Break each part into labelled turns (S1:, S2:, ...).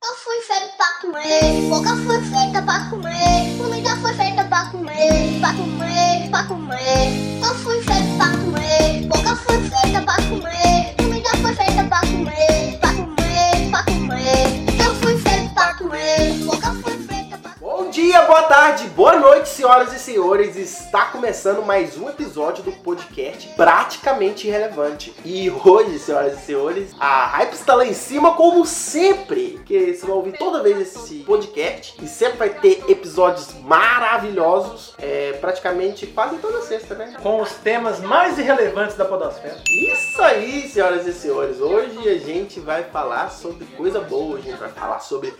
S1: Nunca foi feita pra comer, boca foi feita pra comer, comida foi feita pra comer, pra comer, pra comer. Nunca foi feita pra comer, boca foi feita pra comer, comida foi feita pra comer, pra comer, pra comer. Nunca foi feita pra comer, boca foi feita pra
S2: Bom dia, boa tarde, boa noite, senhoras e senhores. Está começando mais um episódio do podcast Praticamente Irrelevante. E hoje, senhoras e senhores, a hype está lá em cima, como sempre. Porque você vai ouvir toda vez esse podcast e sempre vai ter episódios maravilhosos. É praticamente quase toda sexta, né?
S3: com os temas mais irrelevantes da podosfera.
S2: Isso aí, senhoras e senhores. Hoje a gente vai falar sobre coisa boa. A gente vai falar sobre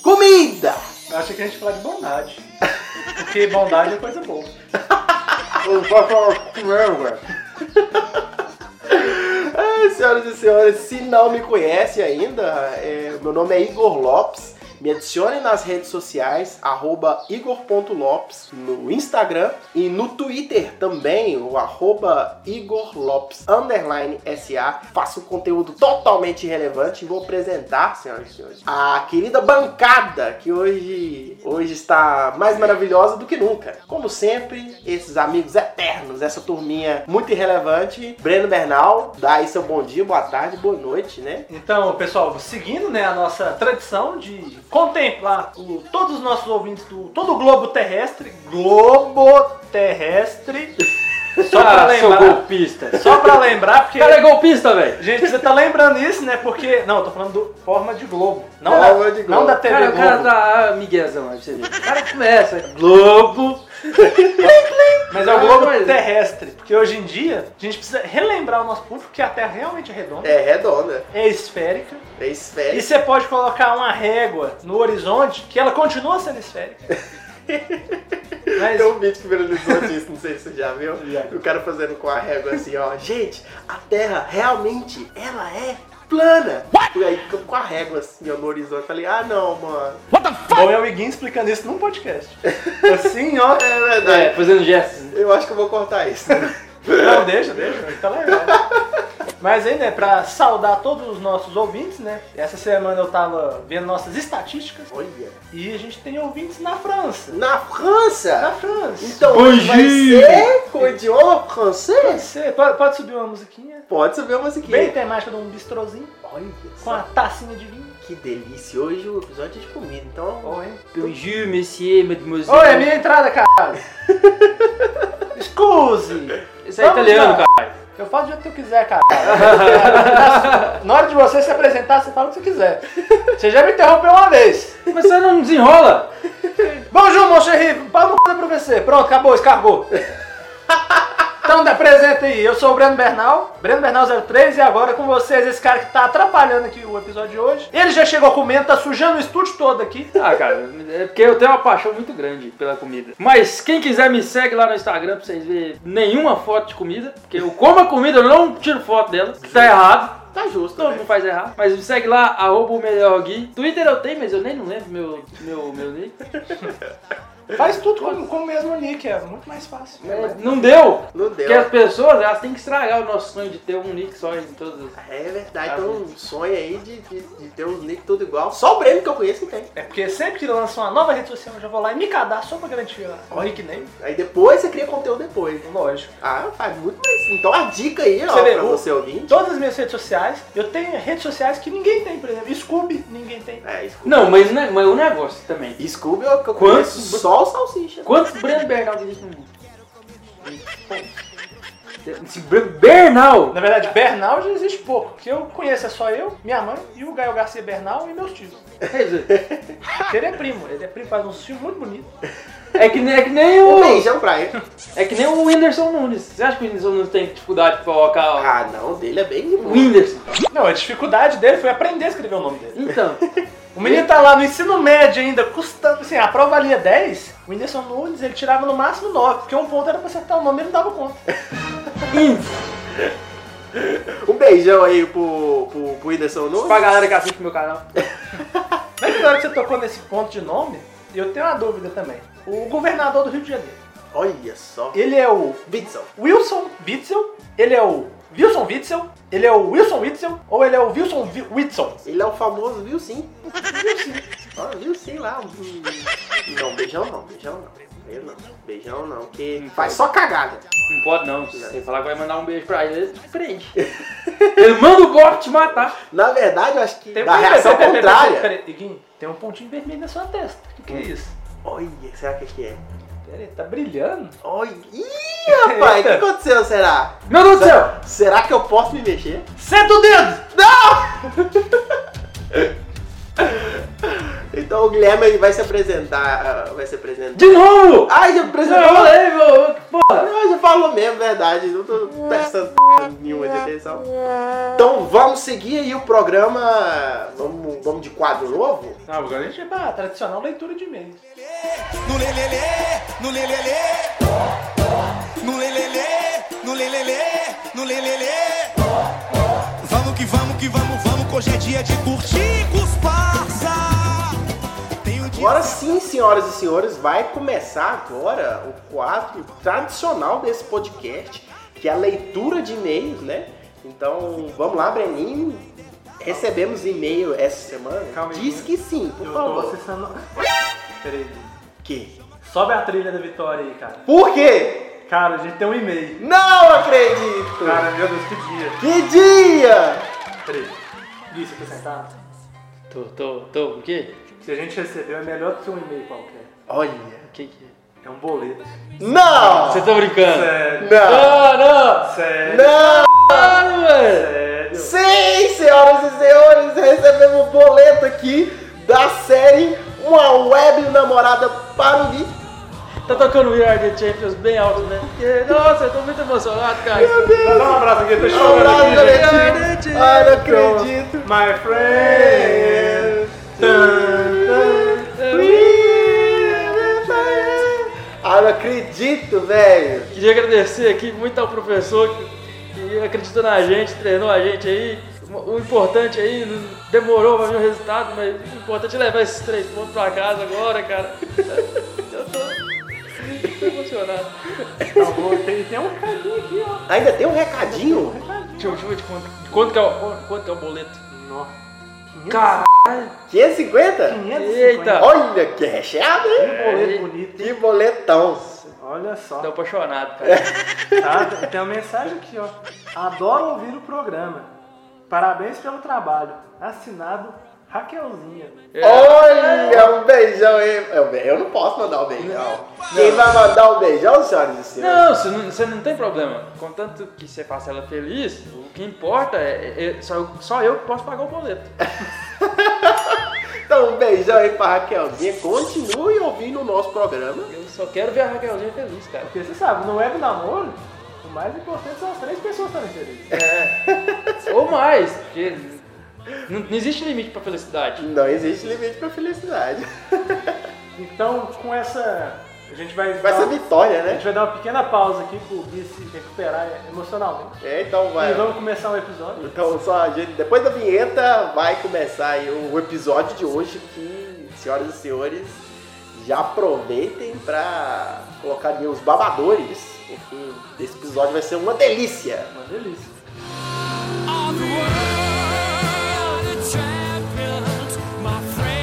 S2: comida.
S3: Eu achei que a gente ia falar de bondade. Porque bondade é coisa boa.
S2: Ai, senhoras e senhores, se não me conhece ainda, é, meu nome é Igor Lopes. Me adicione nas redes sociais, arroba igor.lopes no Instagram e no Twitter também, o arroba igorlopes, underline SA. Faço um conteúdo totalmente relevante e vou apresentar, senhoras e senhores, a querida bancada que hoje, hoje está mais maravilhosa do que nunca. Como sempre, esses amigos eternos, essa turminha muito irrelevante. Breno Bernal, dá aí seu bom dia, boa tarde, boa noite, né?
S3: Então, pessoal, seguindo né, a nossa tradição de contemplar o- todos os nossos ouvintes do todo o globo terrestre. Globo terrestre. Só pra
S4: Ah, seu
S3: lembrar.
S4: golpista.
S3: Só pra lembrar, porque.
S4: O cara é golpista, velho.
S3: Gente, você tá lembrando isso, né? Porque. Não, eu tô falando do forma de Globo. Não, é
S2: Forma
S3: da,
S2: de Globo.
S3: não da TV
S4: Cara, o
S3: Globo.
S4: cara tá ah, miguezão, aí pra você ver. O cara começa. né? Globo.
S3: Mas é o globo
S4: Ah, mas-
S3: terrestre. Porque hoje em dia, a gente precisa relembrar o nosso público que a Terra realmente é redonda,
S2: É redonda,
S3: é esférica.
S2: é
S3: E
S2: esférica.
S3: você pode colocar uma régua no horizonte que ela continua sendo esférica. Mas
S2: Tem um vídeo que viralizou disso, não sei se você já viu.
S3: Já.
S2: O cara fazendo com a régua assim, ó. Gente, a Terra realmente, ela é plana. E aí ficou com a régua assim, ó, no horizonte. Falei, ah não, mano.
S3: bom é o Iguinho explicando isso num podcast. Assim, ó.
S2: É verdade.
S4: É, fazendo gestos.
S2: Eu acho que eu vou cortar isso.
S3: Não, deixa, deixa, tá legal. Mas aí, né, pra saudar todos os nossos ouvintes, né? Essa semana eu tava vendo nossas estatísticas
S2: Olha.
S3: e a gente tem ouvintes na França.
S2: Na
S3: Na
S2: França!
S3: França.
S2: Então hoje vai
S4: Bonjour.
S2: ser com o idioma francês?
S3: Pode ser, pode, pode subir uma musiquinha.
S2: Pode saber uma
S3: Bem
S2: musiquinha.
S3: temática de um bistrozinho
S2: Olha
S3: com
S2: só,
S3: uma tacinha de vinho.
S2: que delícia. Hoje o episódio é de comida, então...
S3: Oi.
S4: Bonjour, monsieur, mademoiselle.
S3: Oi, é minha entrada, caralho. Excuse.
S4: Isso é
S3: Vamos
S4: italiano,
S3: lá.
S4: cara.
S3: Eu faço do jeito que eu quiser, cara. Na hora de você se apresentar, você fala o que você quiser. Você já me interrompeu uma vez.
S4: Mas você não desenrola?
S3: Bonjour, mon chéri. Palma um no cu pra você. Pronto, acabou, escargou. Então, dá presente aí. Eu sou o Breno Bernal, Breno Bernal03, e agora com vocês esse cara que tá atrapalhando aqui o episódio de hoje. Ele já chegou comendo, tá sujando o estúdio todo aqui.
S4: Ah, cara, é porque eu tenho uma paixão muito grande pela comida. Mas quem quiser me segue lá no Instagram pra vocês verem nenhuma foto de comida. Porque eu como a comida, eu não tiro foto dela. que Tá errado.
S2: Tá justo,
S4: Todo
S2: né?
S4: mundo faz errado. Mas me segue lá, arroba o melhor Gui. Twitter eu tenho, mas eu nem não lembro meu, meu, meu nick.
S3: Faz tudo com, com o mesmo nick, é muito mais fácil.
S4: É, Não deu!
S2: Não deu.
S4: Porque as pessoas, elas têm que estragar o nosso sonho de ter um nick só em todas as...
S2: É
S3: Ah,
S2: verdade, tem um sonho aí de, de, de ter um nick tudo igual. Só o Breno que eu conheço que tem.
S3: É porque sempre que lança uma nova rede social, eu já vou lá e me cadastro só pra garantir a- o nickname.
S2: Aí depois você cria conteúdo depois.
S3: Lógico.
S2: Ah, faz muito mais. Então a dica aí, ó,
S3: Você vê,
S2: pra
S3: o-
S2: você ouvir.
S3: Todas as minhas redes sociais, eu tenho redes sociais que ninguém tem, por exemplo. Scooby, ninguém tem.
S2: É, Scooby.
S4: Não, mas, o ne- mas o negócio também.
S2: Scooby é o que eu
S4: Quanto-
S2: conheço só o Salsicha.
S4: Quantos Breno Bernal existem no mundo? Esse Breno Bernal!
S3: Na verdade, Bernal já existe pouco, porque eu conheço é só eu, minha mãe e o Gael Garcia Bernal e meus tios.
S4: Quer dizer,
S3: Porque ele é primo, ele é primo, faz um filme muito bonito.
S4: É que, nem- é que nem
S2: Um
S4: o...
S2: beijão pra ele.
S4: É que nem o Whindersson Nunes. Você acha que o Whindersson Nunes tem dificuldade pra colocar...
S2: Ah, não, dele é bem.
S4: O Whindersson.
S3: Não, a dificuldade dele foi aprender a escrever o nome dele.
S4: Então...
S3: O menino tá lá no ensino médio ainda, custando, assim, a prova valia 10, o Whindersson Nunes, ele tirava no máximo 9, porque um ponto era pra acertar o nome, ele não dava conta.
S2: Um beijão aí pro, pro, pro Whindersson Nunes.
S4: pra galera que assiste meu canal.
S3: Mas na hora que você tocou nesse ponto de nome, eu tenho uma dúvida também. O governador do Rio de Janeiro,
S2: Olha só.
S3: ele é o
S2: Bitson.
S3: Wilson Bitzel, ele é o Wilson Witzel, ele é o Wilson Witzel ou ele é o Wilson Vi- Witzel?
S2: Ele é o famoso viu sim. Ó, viu sim lá. hum. Não, beijão não, beijão não. Beijão não, beijão não,
S3: Hum,
S2: que
S3: tá.
S2: faz só cagada.
S4: Não pode não. Se você falar que vai mandar um beijo pra ele, ele te prende. ele manda o golpe te matar.
S2: Na verdade, eu acho que
S3: Tem
S2: da
S3: peraí,
S2: reação
S3: peraí, peraí,
S2: contrária.
S3: peraí, peraí, Iguinho, tem um pontinho vermelho na sua testa. O que, que é
S4: Hum.
S3: isso?
S2: Olha, será que que é?
S3: Peraí, tá brilhando?
S2: Olha, ih, rapaz, o que
S3: Eita.
S2: aconteceu, será?
S4: Meu Deus do céu!
S2: Será- Será que eu posso me mexer?
S3: Senta o dedo!
S2: Então o Guilherme vai se apresentar, ah, vai se apresentar.
S4: De novo!
S2: Ai, já
S4: Não, eu
S2: apresentou?
S4: falei, meu, porra.
S2: Não, já falou mesmo, verdade. Não tô prestando p- nenhuma de atenção. Então vamos seguir aí o programa. Vamos, vamos de quadro novo?
S4: Não, agora a gente
S3: Tipo a tradicional leitura de e-mails.
S5: no lelele, no lelele, no lelele, no lelele, no lelele. Vamos que vamos que vamos, vamos que hoje é dia de curtir com os parça. Tem um dia
S2: Agora sim, senhoras e senhores, vai começar agora o quadro tradicional desse podcast, que é a leitura de e-mails, né? Então vamos lá, Breninho. Recebemos e-mail essa semana?
S3: Calma aí,
S2: Diz que sim, por
S3: Eu tô
S2: favor.
S3: acessando. Peraí.
S2: Que?
S3: Sobe a trilha da vitória aí, cara.
S2: Por quê?
S3: Cara, a gente tem um e-mail.
S2: Não acredito!
S3: Cara, meu Deus, que dia.
S2: Que dia!
S3: Peraí. Gui, você tá sentado?
S4: Tô, tô, tô, o quê?
S3: Se a gente recebeu, é melhor do que um e-mail qualquer.
S2: Olha.
S4: O que que é?
S3: É um boleto.
S2: Não!
S4: Você tá brincando?
S3: Sério,
S2: Não!
S4: Não, não!
S3: sério,
S2: Não!
S4: Caralho,
S3: sério.
S4: velho!
S2: Sim, senhoras e senhores, recebemos um boleto aqui da série Uma Web Namorada para o Gui.
S4: Tá tocando We Are The Champions bem alto, né? Porque, Nossa, eu tô muito emocionado, cara.
S3: Dá um abraço aqui, eu tô
S2: Um
S3: chorando.
S2: abraço,
S3: aqui, gente.
S2: Valentim. Ai, não acredito.
S3: My friend.
S2: Ah, não acredito, velho.
S4: Queria agradecer aqui muito ao professor que, que acreditou na gente, treinou a gente aí. O importante aí, não- demorou pra ver o resultado, mas o importante é levar esses três pontos pra casa agora, cara. Eu tô emocionado.
S3: Tá bom, Tem, tem um carinho aqui, ó.
S2: Ainda tem um recadinho?
S4: Deixa eu, deixa eu ver de quanto, de quanto, que é o, quanto que é o boleto.
S3: Nossa.
S4: Cara,
S2: 550?
S3: 550
S4: Eita.
S2: Olha que recheado, hein?
S3: Que boleto bonito.
S2: Que boletão.
S3: Olha só.
S4: tô apaixonado, cara.
S3: Tá? Tem uma mensagem aqui, ó. Adoro ouvir o programa. Parabéns pelo trabalho. Assinado Raquelzinha.
S4: É.
S2: Olha, um beijão aí. Eu, eu não posso mandar um beijão. Quem vai mandar um beijão, senhoras e senhores?
S4: Não, você não, você não tem problema. Contanto que você faça ela feliz, o que importa é, é- só, eu- só eu que posso pagar o boleto.
S2: Então, um beijão aí pra Raquelzinha. Continue ouvindo o nosso programa.
S4: Eu só quero ver a Raquelzinha feliz, cara.
S3: Porque você sabe, no web namoro, o mais importante são as três pessoas estarem felizes.
S4: Ou mais, porque não, não existe limite pra felicidade.
S2: Não existe limite pra felicidade.
S3: Então, com essa. A gente vai.
S2: Com essa
S3: dar- um
S2: vitória,
S3: A
S2: né?
S3: gente vai dar uma pequena pausa aqui pro Gui se recuperar emocionalmente.
S2: É, então vai.
S3: E vamos começar o episódio.
S2: Então, só a gente, depois da vinheta, vai começar aí o episódio de hoje que, senhoras e senhores, já aproveitem pra colocar ali os babadores, porque esse episódio vai ser uma delícia.
S3: Uma delícia.
S6: Are the world champions, my friends?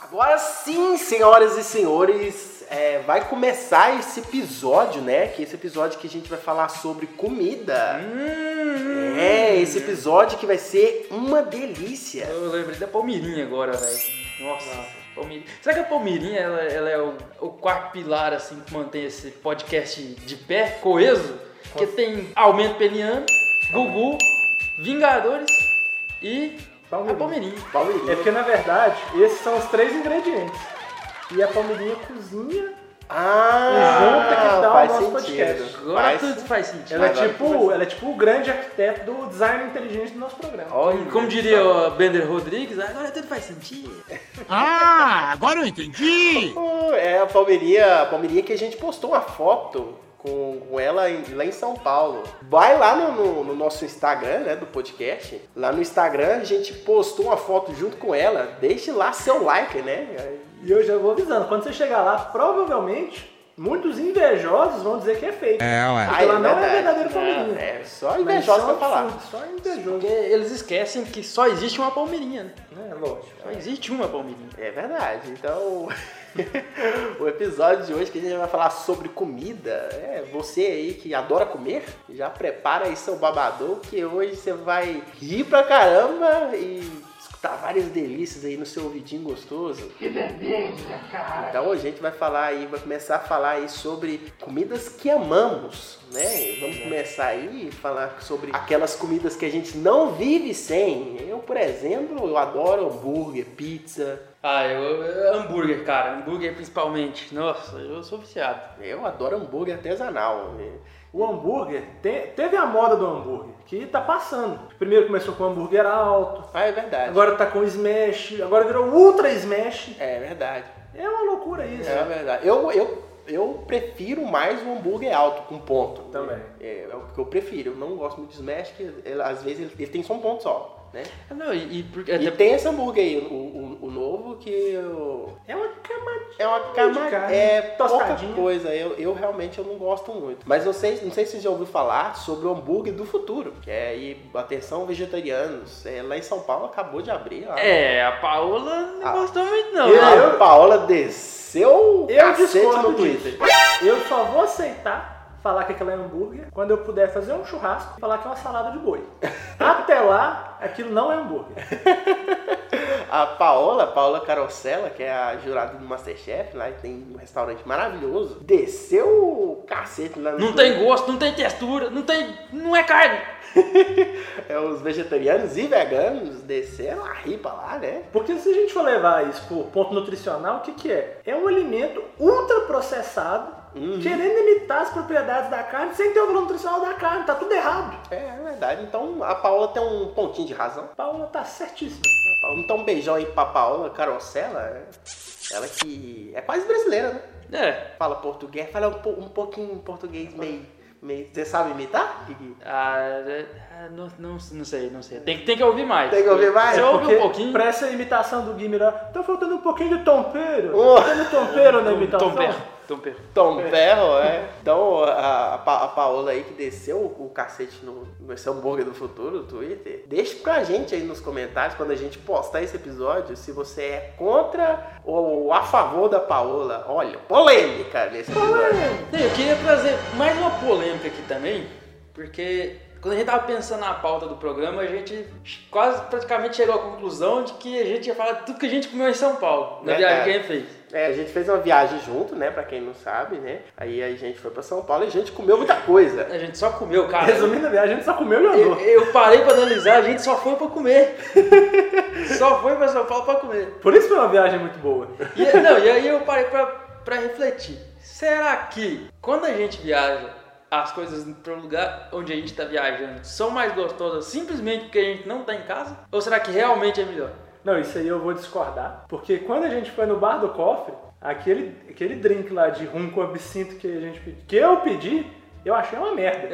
S2: Agora sim, senhoras e senhores, é, vai começar esse episódio, né? Que esse episódio que a gente vai falar sobre comida.
S4: Hum,
S2: É, esse episódio que vai ser uma delícia.
S4: Eu lembrei da Palmeirinha agora, velho. Nossa, Palmeirinha. Será que a Palmeirinha ela, ela é o, o quarto pilar assim, que mantém esse podcast de pé, coeso? Porque tem Aumento Peniano, Gugu, Vingadores e
S2: Tá um
S4: a
S3: Palmeirinha.
S4: Palmeirinha.
S3: É porque, na verdade, esses são os três ingredientes. E a palmeirinha cozinha.
S2: Ah,
S3: Junta é que dá o
S2: faz
S3: nosso
S2: sentido.
S3: podcast.
S4: Agora
S2: Faz-
S4: tudo faz sentido.
S3: Ela é,
S2: Agora
S3: tipo, ela é tipo o grande arquiteto do design inteligente do nosso programa.
S4: E Como diria o Bender Rodrigues, agora tudo faz sentido.
S2: é Oh, É a palmeirinha, a palmeirinha que a gente postou uma foto com com, com ela em- lá em São Paulo. Vai lá no, no- no nosso Instagram, né, do podcast. Lá no Instagram a gente postou uma foto junto com ela. Deixe lá seu like, né?
S3: E eu já vou avisando, quando você chegar lá, provavelmente muitos invejosos vão dizer que é fake.
S2: Ah,
S3: ela não é verdadeira
S2: verdadeiro
S3: família.
S2: É só invejosa pra falar.
S3: Só
S4: Porque
S3: invejoso.
S4: eles esquecem que só existe uma palmeirinha. né?
S3: É, lógico.
S4: Só existe uma palmeirinha.
S2: É verdade. Então, o episódio de hoje que a gente vai falar sobre comida, é você aí que adora comer, já prepara aí seu babador que hoje você vai rir pra caramba e escutar várias delícias aí no seu ouvidinho gostoso. Que delícia, cara! Então hoje a gente vai falar aí, vai começar a falar aí sobre comidas que amamos, né? Vamos começar aí a falar sobre aquelas comidas que a gente não vive sem. Eu, por exemplo, eu adoro hambúrguer, pizza,
S4: Ah, eu, eu- hambúrguer, cara. Hambúrguer principalmente. Nossa, eu sou viciado.
S2: Eu adoro hambúrguer artesanal. né?
S3: O hambúrguer, te- teve a moda do hambúrguer, que tá passando. Primeiro começou com hambúrguer alto,
S2: Ah, é verdade.
S3: agora tá com smash, agora virou ultra smash.
S2: É verdade.
S3: É uma loucura isso.
S2: É verdade. Eu, eu, eu prefiro mais o hambúrguer alto com ponto.
S3: Também.
S2: É, é o que eu prefiro. Eu não gosto muito de smash, que ele- às vezes ele, ele tem só um ponto só. Né?
S4: Ah, Não, e, e por-
S2: E
S3: É,
S4: até-
S2: tem esse hambúrguer aí, o, o, o novo, que eu-
S3: É uma camadinha.
S2: é uma cama,
S3: carne,
S2: é pouca
S3: tostadinha.
S2: coisa. Eu, eu realmente eu não gosto muito. Mas eu sei, não sei se você já ouviu falar sobre o hambúrguer do futuro. Que é, e atenção vegetarianos, é, lá em São Paulo acabou de abrir. lá.
S4: É, a Paola não
S2: Ah.
S4: gostou muito, não.
S2: Eu,
S4: né?
S2: a Paola desceu o
S3: Eu
S2: cacete
S3: discordo
S2: no Twitter.
S3: disso. Eu só vou aceitar falar que aquilo é hambúrguer quando eu puder fazer um churrasco e falar que é uma salada de boi. Até lá, aquilo não é hambúrguer.
S2: A Paola, Paola Carosella, que é a jurada do Masterchef, lá e tem um restaurante maravilhoso, desceu o cacete lá no
S4: Ah, Não tem gosto, não tem textura, não tem. não é carne.
S2: É, os vegetarianos e veganos desceram a ripa lá, né?
S3: Porque se a gente for levar isso pro ponto nutricional, o que, que é? É um alimento ultraprocessado,
S2: Uhum.
S3: querendo imitar as propriedades da carne sem ter o valor nutricional da carne. Tá tudo errado.
S2: É, é verdade. Então a Paola tem um pontinho de razão.
S3: Paula tá certíssima.
S2: Então um beijão aí pra Paola Carosella. né? Ela que é quase brasileira, né?
S4: É.
S2: Fala português, fala um, po- um pouquinho português meio. meio... Você sabe imitar? Gui?
S4: Ah, é- ah, não, não, não sei, não sei. Tem, que- tem que ouvir mais.
S2: Tem que ouvir mais?
S4: Você ouve
S3: É, Porque
S4: um pouquinho.
S3: Pra essa imitação do Gui melhor, tá faltando um pouquinho de tompeiro.
S2: Oh.
S3: Tá faltando tompeiro na imitação.
S4: Tom Perro, Tom Perro.
S2: Tom Ferro, é. Então, a, a Pa- a Paola aí que desceu o, o cacete no, nesse hambúrguer do futuro, no Twitter, deixe pra gente aí nos comentários, quando a gente postar esse episódio, se você é contra ou a favor da Paola. Olha, polêmica nesse episódio.
S4: Não, Eu queria trazer mais uma polêmica aqui também, porque quando a gente tava pensando na pauta do programa, a gente quase praticamente chegou à conclusão de que a gente ia falar tudo que a gente comeu em São Paulo, na
S2: Verdade.
S4: viagem que a gente fez.
S2: É, a gente fez uma viagem junto, né, pra quem não sabe, né? Aí a gente foi pra São Paulo e a gente comeu muita coisa.
S4: A gente só comeu, cara.
S3: Resumindo a viagem, a gente só comeu e andou.
S4: Eu, eu parei pra analisar, a gente só foi pra comer. só foi pra São Paulo pra comer.
S3: Por isso foi uma viagem muito boa.
S4: E, não, e aí eu parei pra, pra refletir. Será que quando a gente viaja, as coisas pro lugar onde a gente tá viajando são mais gostosas simplesmente porque a gente não tá em casa? Ou será que realmente é melhor?
S3: Não, isso aí eu vou discordar. Porque quando a gente foi no bar do cofre, aquele, aquele drink lá de rum com absinto que a gente pedi, que eu pedi, eu achei uma merda.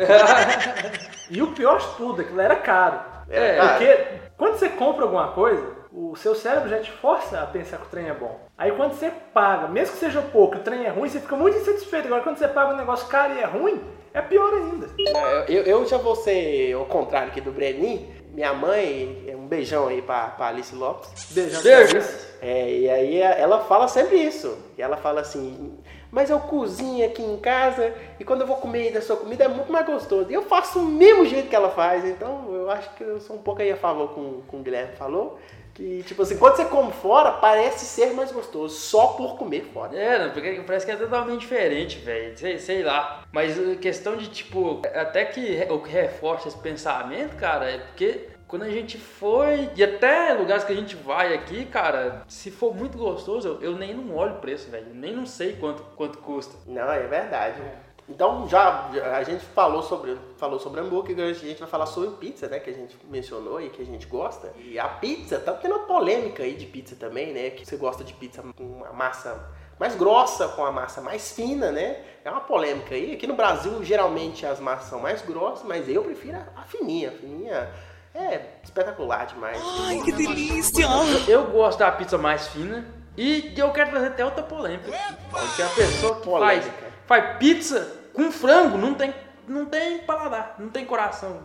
S3: e o pior de tudo, aquilo era caro.
S2: É,
S3: Porque quando você compra alguma coisa, o seu cérebro já te força a pensar que o trem é bom. Aí quando você paga, mesmo que seja pouco, e o trem é ruim, você fica muito insatisfeito. Agora quando você paga um negócio caro e é ruim, é pior ainda.
S2: É, Eu, eu já vou ser ao contrário aqui do Brenin. Minha mãe, um beijão aí pra, pra Alice Lopes.
S3: Beijão.
S4: Beijo.
S2: É, e aí a- ela fala sempre isso. E ela fala assim, mas eu cozinho aqui em casa e quando eu vou comer da sua comida é muito mais gostoso. E eu faço o mesmo jeito que ela faz, então eu acho que eu sou um pouco aí a favor com, com o Guilherme falou. Que, tipo assim, quando você come fora, parece ser mais gostoso, só por comer fora.
S4: É, não, porque parece que é totalmente diferente, velho. Sei, sei lá. Mas a questão de, tipo, até que re- o que reforça esse pensamento, cara, é porque quando a gente foi, e até lugares que a gente vai aqui, cara, se for muito gostoso, eu, eu nem não olho o preço, velho. Nem não sei quanto, quanto custa.
S2: Não, é verdade. Então já já- a gente falou sobre falou sobre hambúrguer, agora a gente vai falar sobre pizza, né, que a gente mencionou e que a gente gosta. E a pizza tá tendo uma polêmica aí de pizza também, né, que você gosta de pizza com uma massa mais grossa com a massa mais fina, né? É uma polêmica aí. Aqui no Brasil, geralmente as massas são mais grossas, mas eu prefiro a, a fininha. A fininha é espetacular demais.
S5: Ai, que delícia!
S4: Eu gosto da pizza mais fina e eu quero trazer até outra polêmica. Porque a pessoa que faz,
S2: Polêmica.
S4: faz pizza com frango não tem, não tem paladar, não tem coração.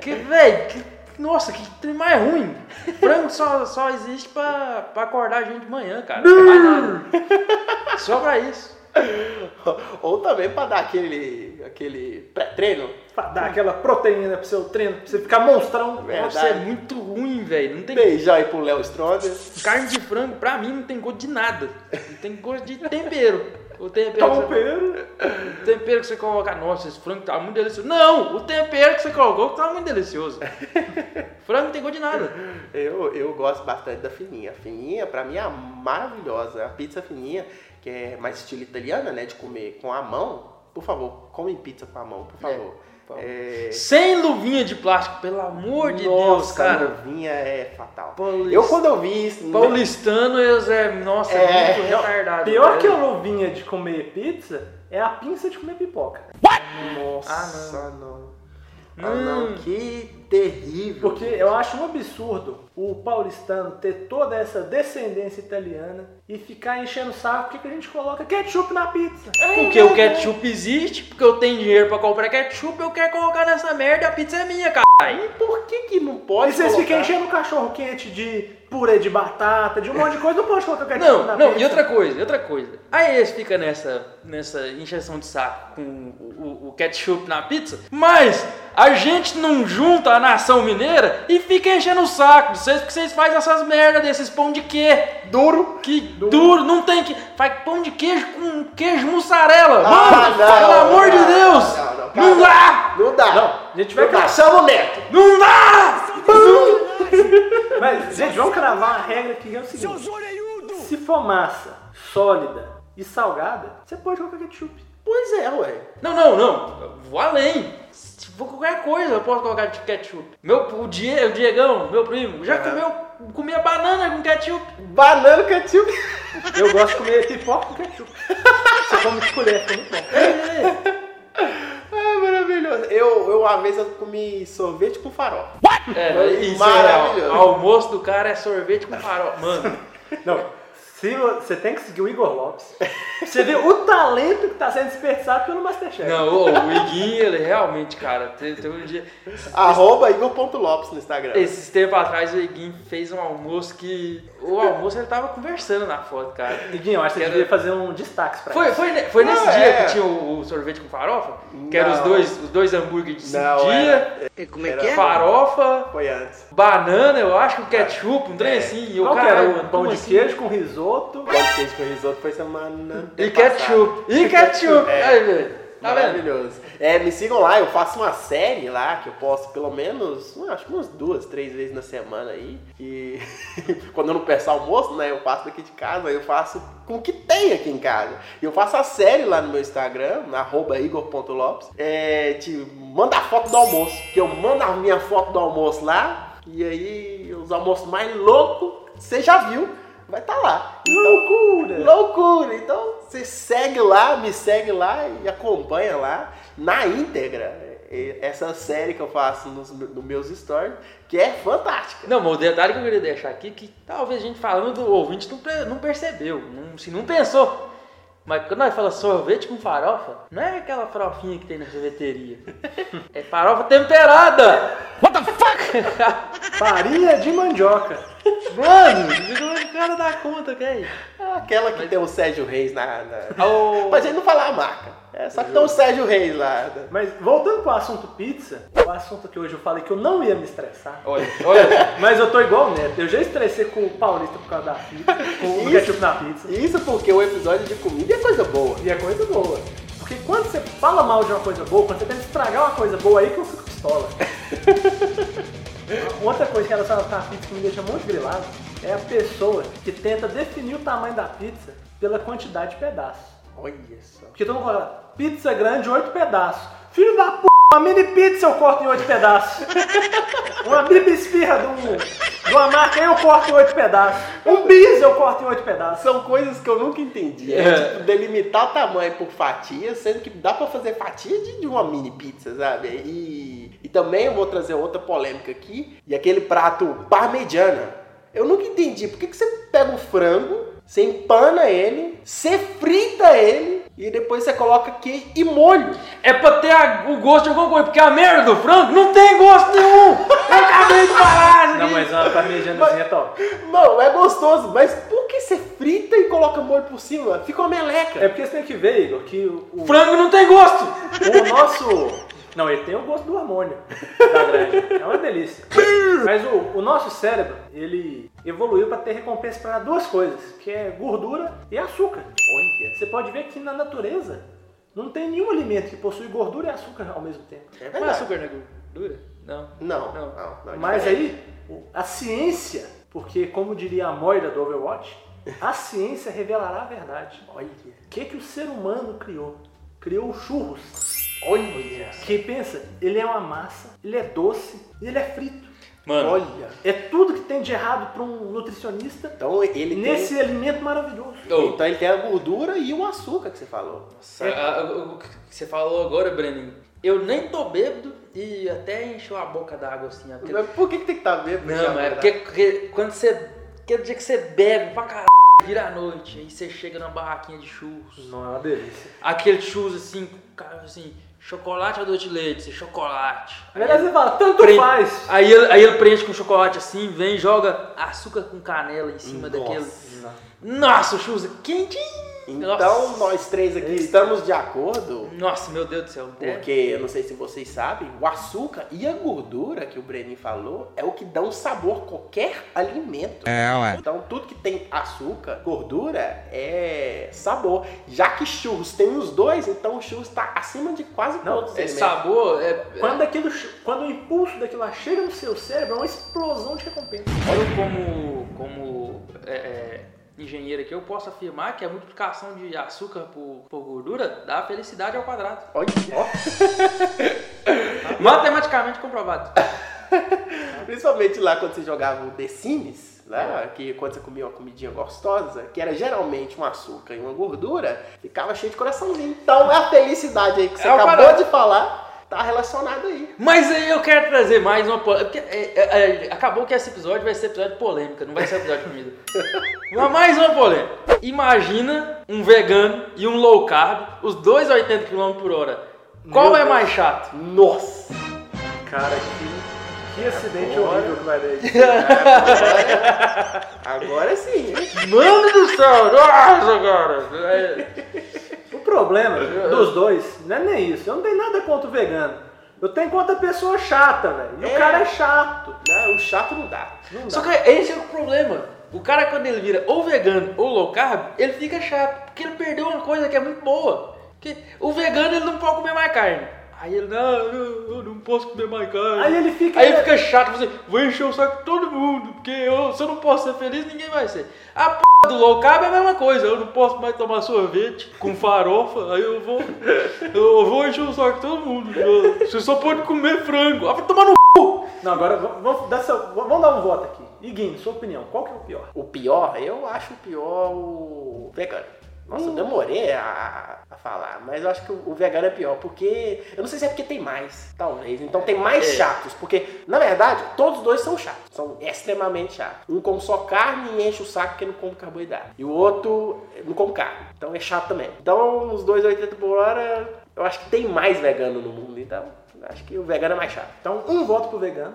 S4: que, velho, que, nossa, que trem mais ruim. Frango só, só existe pra, pra acordar a gente de manhã, cara. Não faz nada. Só pra isso.
S2: Ou também pra dar aquele, aquele pré-treino.
S3: Pra dar aquela proteína pro seu treino, pra você ficar monstrão.
S2: Verdade.
S4: Nossa, é muito ruim, velho. Não tem
S2: Beijar aí pro Léo Stronda.
S4: carne de frango, pra mim, não tem gosto de nada. Não tem gosto de tempero. O tempero.
S2: Tá
S3: Toma um peru.
S4: O tempero que você coloca, nossa, esse frango tá muito delicioso. Não, o tempero que você colocou tá muito delicioso. frango não tem gosto de nada.
S2: Eu, eu gosto bastante da fininha. A fininha, pra mim, é a maravilhosa. A pizza fininha, que é mais estilo italiana, né? De comer com a mão. Por favor, comem pizza com a mão, por favor. É,
S4: Sem luvinha de plástico, pelo amor de Deus,
S2: a
S4: cara.
S2: luvinha é fatal.
S4: Paulista-
S2: Eu, quando eu vi isso... né?
S4: Paulistano, eles é, nossa, é,
S2: É,
S4: muito retardado.
S3: Pior
S4: velho.
S3: que a luvinha de comer pizza é a pinça de comer pipoca.
S2: Nossa,
S4: Ah, Hum.
S2: não. Ah, não. Que terrível.
S3: Porque eu acho um absurdo o paulistano ter toda essa descendência italiana e ficar enchendo o saco porque que a gente coloca ketchup na pizza.
S4: Porque o ketchup existe, porque eu tenho dinheiro pra comprar ketchup, eu quero colocar nessa merda, a pizza é minha, cara. é
S2: E por que que não
S3: E
S2: pode
S3: vocês ficam
S2: colocar?
S3: enchendo o cachorro quente de purê de batata, de um monte de coisa, não pode colocar ketchup na
S4: Não, não,
S3: pizza.
S4: e outra coisa, e outra coisa. Aí eles ficam nessa, nessa injeção de saco com o, o- o ketchup na pizza, mas a gente não junta a nação mineira e fica enchendo o saco de vocês, porque vocês fazem essas merda desses pão de quê? Duro. Que duro, não tem que... Faz pão de queijo com queijo mussarela.
S2: Ah,
S4: Mano,
S2: não,
S4: pelo amor de
S2: não,
S4: Deus.
S2: não, não,
S4: Não,
S2: cara.
S4: dá,
S2: Não dá. Não,
S3: a gente vai
S2: dá.
S3: cravar.
S2: Chama o Neto.
S4: não dá.
S3: Mas, gente, vamos cravar a regra que é o seguinte. Se for massa sólida e salgada, você pode colocar ketchup.
S2: Pois é, ué.
S4: Não, não, não. Eu Vou além. Se for qualquer coisa, eu posso colocar de ketchup. Meu, o, Die, o Diegão, meu primo, já comeu comia banana com ketchup.
S2: Banana ketchup.
S3: Eu gosto de comer pipoca com ketchup. Você come de colher, fica muito bom.
S2: É maravilhoso. Eu, eu uma vez eu comi sorvete com farol.
S4: É, isso
S2: Maravilhoso.
S4: é, o almoço do cara é sorvete com farol. Mano,
S3: Não, se vo- você tem que seguir o Igor Lopes. Você vê o talento que tá sendo desperdiçado pelo Masterchef.
S4: não, ô, o Iguinho, ele realmente, cara, te- teve um dia...
S2: Arroba Igor.lopes no Instagram.
S4: Esses tempos atrás o Iguinho fez um almoço que... O almoço ele tava conversando na foto, cara.
S3: Iguinho, eu acho que você
S4: Quero-
S3: devia fazer um destaque pra
S4: Foi,
S3: isso.
S4: foi, ne- foi nesse
S2: Não,
S4: dia
S2: é.
S4: que tinha o, o sorvete com farofa? Que eram os
S2: Não.
S4: dois, os dois hambúrguer de cinco
S2: Não,
S4: dias,
S7: Como é
S2: Era
S7: que é?
S4: farofa...
S2: Foi antes.
S4: banana, eu acho, com ketchup, um trem assim. E o
S3: Qual que
S4: cara,
S3: era? Um pão
S4: como
S3: de
S4: assim?
S3: queijo com risoto.
S2: Pode queijo com risoto foi semana.
S4: E ketchup. E ketchup.
S2: É.
S4: Aí, velho. Tá vendo?
S2: Maravilhoso. É, me sigam lá, eu faço uma série lá que eu posto pelo menos, hum, acho que umas duas, três vezes na semana aí. E quando eu não peço almoço, né, eu faço daqui de casa, eu faço com o que tem aqui em casa. E eu faço a série lá no meu Instagram, arroba igor.lopes, é, de mandar foto do almoço, que eu mando a minha foto do almoço lá, e aí os almoços mais loucos, você já viu, vai estar lá. Então,
S3: Loucura!
S2: Loucura! Então você segue lá, me segue lá e acompanha lá na íntegra eh, essa série que eu faço nos, nos meus stories, que é fantástica.
S4: Não, mas o detalhe que eu queria deixar aqui, é que talvez a gente falando do ouvinte não, pe- não percebeu, não, se não pensou. Mas quando nós falamos sorvete com farofa, não é aquela farofinha que tem na sorveteria. É farofa temperada.
S3: Farinha de mandioca. é
S4: Mano,
S3: um
S4: o cara dá conta, que é isso?
S2: Aquela que tem o Sérgio Reis na. na...
S4: Ô,
S2: Mas ele não falar a marca. É só que tem o Sérgio Reis lá.
S3: Mas voltando pro assunto pizza, o assunto que hoje eu falei que eu não ia me estressar.
S4: Olha, olha.
S3: Mas eu tô igual o Neto, eu já estressei com o Paulista por causa da pizza, com o
S2: Isso.
S3: ketchup na pizza.
S2: Isso porque o episódio de comida é coisa boa.
S3: E é coisa boa. Porque quando você fala mal de uma coisa boa, quando você tenta estragar uma coisa boa, aí que eu fico pistola. Outra coisa que relacionada à pizza que me deixa muito grilado é a pessoa que tenta definir o tamanho da pizza pela quantidade de pedaços.
S2: Olha só.
S3: Porque todo mundo fala, pizza grande, oito pedaços. Filho da p, uma mini pizza eu corto em oito pedaços. uma mini esfirra de um, De uma marca eu corto em oito pedaços. Um bis eu corto em oito pedaços.
S2: São coisas que eu nunca entendi. É,
S4: É.
S2: tipo, delimitar tamanho por fatia, sendo que dá pra fazer fatia de, de uma mini pizza, sabe? E, e também eu vou trazer outra polêmica aqui. E aquele prato parmegiana. Eu nunca entendi. Por que, que você pega o frango, você empana ele, você frita ele e depois você coloca queijo e molho?
S4: É pra ter a- o gosto de alguma coisa, porque a merda do frango não tem gosto nenhum. Eu acabei de falar isso
S3: Não,
S4: aqui.
S3: mas uma parmegianazinha é top.
S2: Não, é gostoso, mas por que você frita e coloca molho por cima? Fica uma meleca.
S3: É porque você tem que ver, Igor, que o, o-
S4: Frango não tem gosto.
S3: o nosso. Não, ele tem o gosto do hormônio da granja. É uma delícia. Mas o, o nosso cérebro, ele evoluiu para ter recompensa para duas coisas, que é gordura e açúcar. Olha. Você pode ver que na natureza não tem nenhum alimento que possui gordura e açúcar ao mesmo tempo.
S2: É
S4: Mas
S2: verdade.
S4: açúcar não é gordura? Não.
S2: Não,
S4: Não.
S2: não, não. é
S3: Mas
S2: diferente.
S3: aí, o- a ciência, porque como diria a Moira do Overwatch, a ciência revelará a verdade. Olha, o que, que o ser humano criou? Criou o churros.
S2: Olha.
S3: Que pensa, ele é uma massa, ele é doce e ele é frito.
S4: Mano,
S2: Olha.
S3: É tudo que tem de errado para um nutricionista
S2: Então ele
S3: nesse
S2: tem...
S3: alimento maravilhoso.
S4: Ô,
S2: Então ele tem a gordura e o açúcar que você falou.
S4: Nossa, a- a- o que você falou agora, Breninho, eu nem tô bêbado e até encheu a boca d'água assim. aquele-
S2: Mas por que, tá que tem que estar é bêbado? né?
S4: Não, mas é porque, porque quando você. Aquele dia que você bebe pra caralho, vira à noite, aí você chega numa barraquinha de churros.
S3: Não é uma delícia.
S4: Aquele churros assim, com cara assim, chocolate ou doce de leite, Você, chocolate. Aí
S3: Aliás,
S4: ele
S3: você fala, tanto
S4: preen-
S3: faz.
S4: Aí, ele- aí ele preenche com chocolate assim, vem e joga açúcar com canela em cima daquele. Nossa, o churros é quentinho!
S2: Então
S4: Nossa.
S2: nós três aqui estamos de acordo.
S4: Nossa, meu Deus do céu.
S2: Porque, eu não sei se vocês sabem, o açúcar e a gordura que o Brenin falou é o que dá um sabor a qualquer alimento.
S5: É, ué.
S2: Então tudo que tem açúcar, gordura, é sabor. Já que churros tem os dois, então o churros tá acima de quase
S3: Não,
S2: todos os
S4: É
S2: alimentos.
S4: sabor, é,
S3: Quando, aquilo, quando o impulso daquilo lá chega no seu cérebro, é uma explosão de recompensa.
S4: Eu, como, como é, é, engenheiro aqui, eu posso afirmar que a multiplicação de açúcar por, por gordura dá felicidade ao quadrado. tá?
S2: Olha, ó.
S4: Matematicamente comprovado.
S2: Principalmente lá quando você jogava o The Sims, lá, que quando você comia uma comidinha gostosa, que era geralmente um açúcar e uma gordura, ficava cheio de coraçãozinho. Então é a felicidade aí que você
S4: É o
S2: acabou
S4: barato.
S2: de falar, tá relacionada aí.
S4: Mas aí eu quero trazer mais uma é polêmica. é, acabou que esse episódio vai ser episódio de polêmica, não vai ser episódio de comida. Mas mais uma polêmica. Imagina um vegano e um low carb, os dois a 80 km por hora. Qual
S2: Meu
S4: é
S2: Deus.
S4: mais chato?
S2: Nossa!
S3: Cara, que, que acidente horrível que vai dar aí.
S2: Agora sim. né? hein?
S4: Mano do céu! Nossa, cara! É-
S3: O problema dos dois não é nem isso. Eu não tenho nada contra o vegano. Eu tenho contra a pessoa chata, velho. E
S2: É.
S3: o cara é chato.
S2: Não, o chato não dá.
S3: Não dá.
S4: Só que esse é o problema. O cara, quando ele vira ou vegano ou low carb, ele fica chato, porque ele perdeu uma coisa que é muito boa. Que o vegano ele não pode comer mais carne. Aí ele, não, eu, eu não posso comer mais carne.
S3: Aí ele fica-
S4: Aí ele fica chato, você vou encher o saco de todo mundo, porque eu, se eu não posso ser feliz, ninguém vai ser. A p do low carb é a mesma coisa, eu não posso mais tomar sorvete com farofa, aí eu vou. Eu vou encher o saco de todo mundo. eu- Você só pode comer frango. Ah, vai tomar no
S3: Não, agora v- vamos dar, seu- v- vamos dar um voto aqui. Iguinho, sua opinião, qual que é o pior?
S2: O pior, eu acho o pior o vegano. Nossa, eu demorei a, a falar, mas eu acho que o, o vegano é pior, porque. Eu não sei se é porque tem mais, talvez. Então tem mais
S4: É.
S2: chatos, porque, na verdade, todos dois são chatos. São extremamente chatos. Um come só carne e enche o saco porque não come carboidrato. E o outro eh, não come carne. Então é chato também. Então, os dois 80 por hora, eu acho que tem mais vegano no mundo, então. eu Acho que o vegano é mais chato.
S3: Então, um voto pro vegano.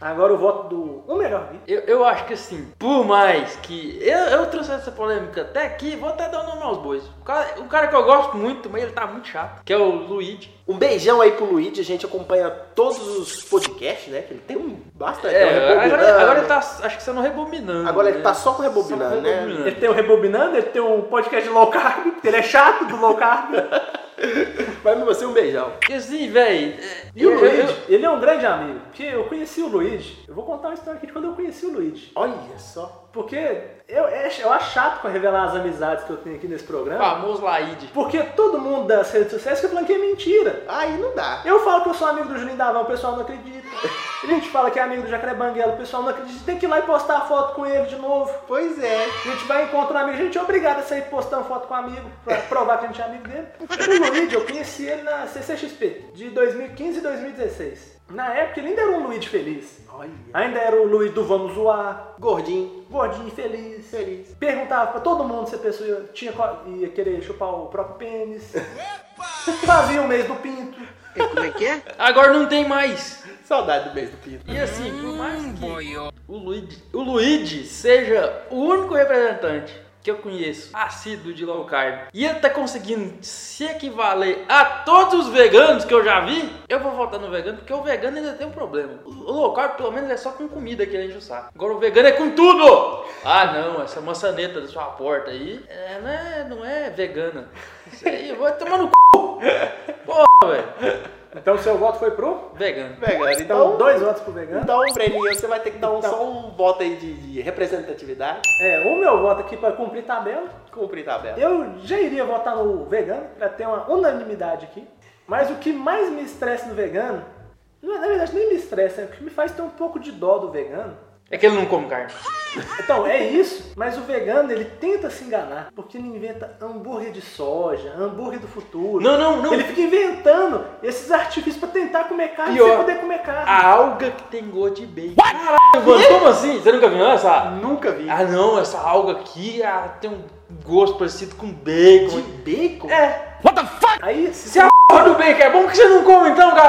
S3: Agora o voto do. O melhor vídeo.
S4: Eu, eu acho que assim, por mais que. Eu, eu trouxe essa polêmica até aqui, vou até dar o nome aos bois. O cara, um cara que eu gosto muito, mas ele tá muito chato, que é o Luigi.
S2: Um beijão aí pro Luigi, a gente acompanha todos os podcasts, né? Que ele tem um bastante.
S4: É,
S2: um rebobinando.
S4: agora, agora ele tá. Acho que você não rebobinando.
S2: Agora ele
S4: né?
S2: tá só com rebobinando,
S4: Só com
S2: né?
S4: rebobinando.
S3: Ele tem o Rebobinando, ele tem um podcast de low carb, porque ele é chato do low carb.
S2: Vai me você um beijão.
S4: E assim, velho.
S3: E o Luigi, ele é um grande amigo. Porque eu conheci o Luigi. Eu vou contar uma história aqui de quando eu conheci o Luigi.
S2: Olha só.
S3: Porque eu, eu acho chato pra revelar as amizades que eu tenho aqui nesse
S4: O
S3: programa.
S4: famoso Laide.
S3: Porque todo mundo das redes sociais que eu flanqueei mentira.
S2: Aí não dá.
S3: Eu falo que eu sou amigo do Juninho Davão, o pessoal não acredita. A gente fala que é amigo do Jacaré Banguela, o pessoal não acredita. Tem que ir lá e postar a foto com ele de novo.
S2: Pois é.
S3: A gente vai encontrar um amigo, a gente é obrigado a sair postando foto com um amigo pra provar que a gente é amigo dele. O Luigi, eu conheci ele na CCXP de 2015 e 2016. Na época ele ainda era um Luigi feliz.
S2: Olha.
S3: Ainda era o Luigi do Vamos Zoar,
S2: Gordinho.
S3: gordinho e feliz.
S2: Feliz.
S3: Perguntava pra todo mundo se a pessoa tinha, co- ia querer chupar o próprio pênis. Fazia o mês do pinto.
S4: Agora não tem mais.
S2: Saudade do mês do Pinto.
S4: E assim, por mais que o Luigi, o Luigi seja o único representante que eu conheço, assíduo de low carb, e ele tá conseguindo se equivaler a todos os veganos que eu já vi, eu vou votar no vegano, porque o vegano ainda tem um problema. O low carb, pelo menos, é só com comida que ele enche o saco. Agora o vegano é com tudo! Ah, não, essa maçaneta da sua porta aí, é, não, é, não é vegana. Isso aí, vai tomar no c... Porra, velho.
S3: Então seu voto foi pro?
S4: Vegano.
S2: Vegano,
S4: tá
S3: Então
S4: um
S2: então.
S3: dois votos pro
S4: né?
S3: vegano.
S2: Então, Breninha, você vai ter que dar um,
S3: Então.
S2: só um voto aí de, de representatividade.
S3: É, o meu voto aqui pra cumprir tabela.
S2: Cumprir tabela.
S3: Eu já iria votar no vegano pra ter uma unanimidade aqui. Mas o que mais me estressa no vegano, não é, na verdade nem me estressa, é o que me faz ter um pouco de dó do vegano.
S4: É que ele não come carne.
S3: Então, é isso, mas o vegano ele tenta se enganar, porque ele inventa hambúrguer de soja, hambúrguer do futuro.
S4: Não, não, não.
S3: Ele fica inventando esses artifícios pra tentar comer carne
S4: Pior.
S3: sem poder comer carne.
S4: A alga que tem gosto de bacon. Caralho, mano, como assim? Você nunca viu não, essa?
S2: Nunca vi.
S4: Ah não, essa alga aqui ah, tem um gosto parecido com bacon.
S2: bacon?
S4: É,
S3: Aí,
S4: se a porra do bacon é bom, por que você não come então, cara?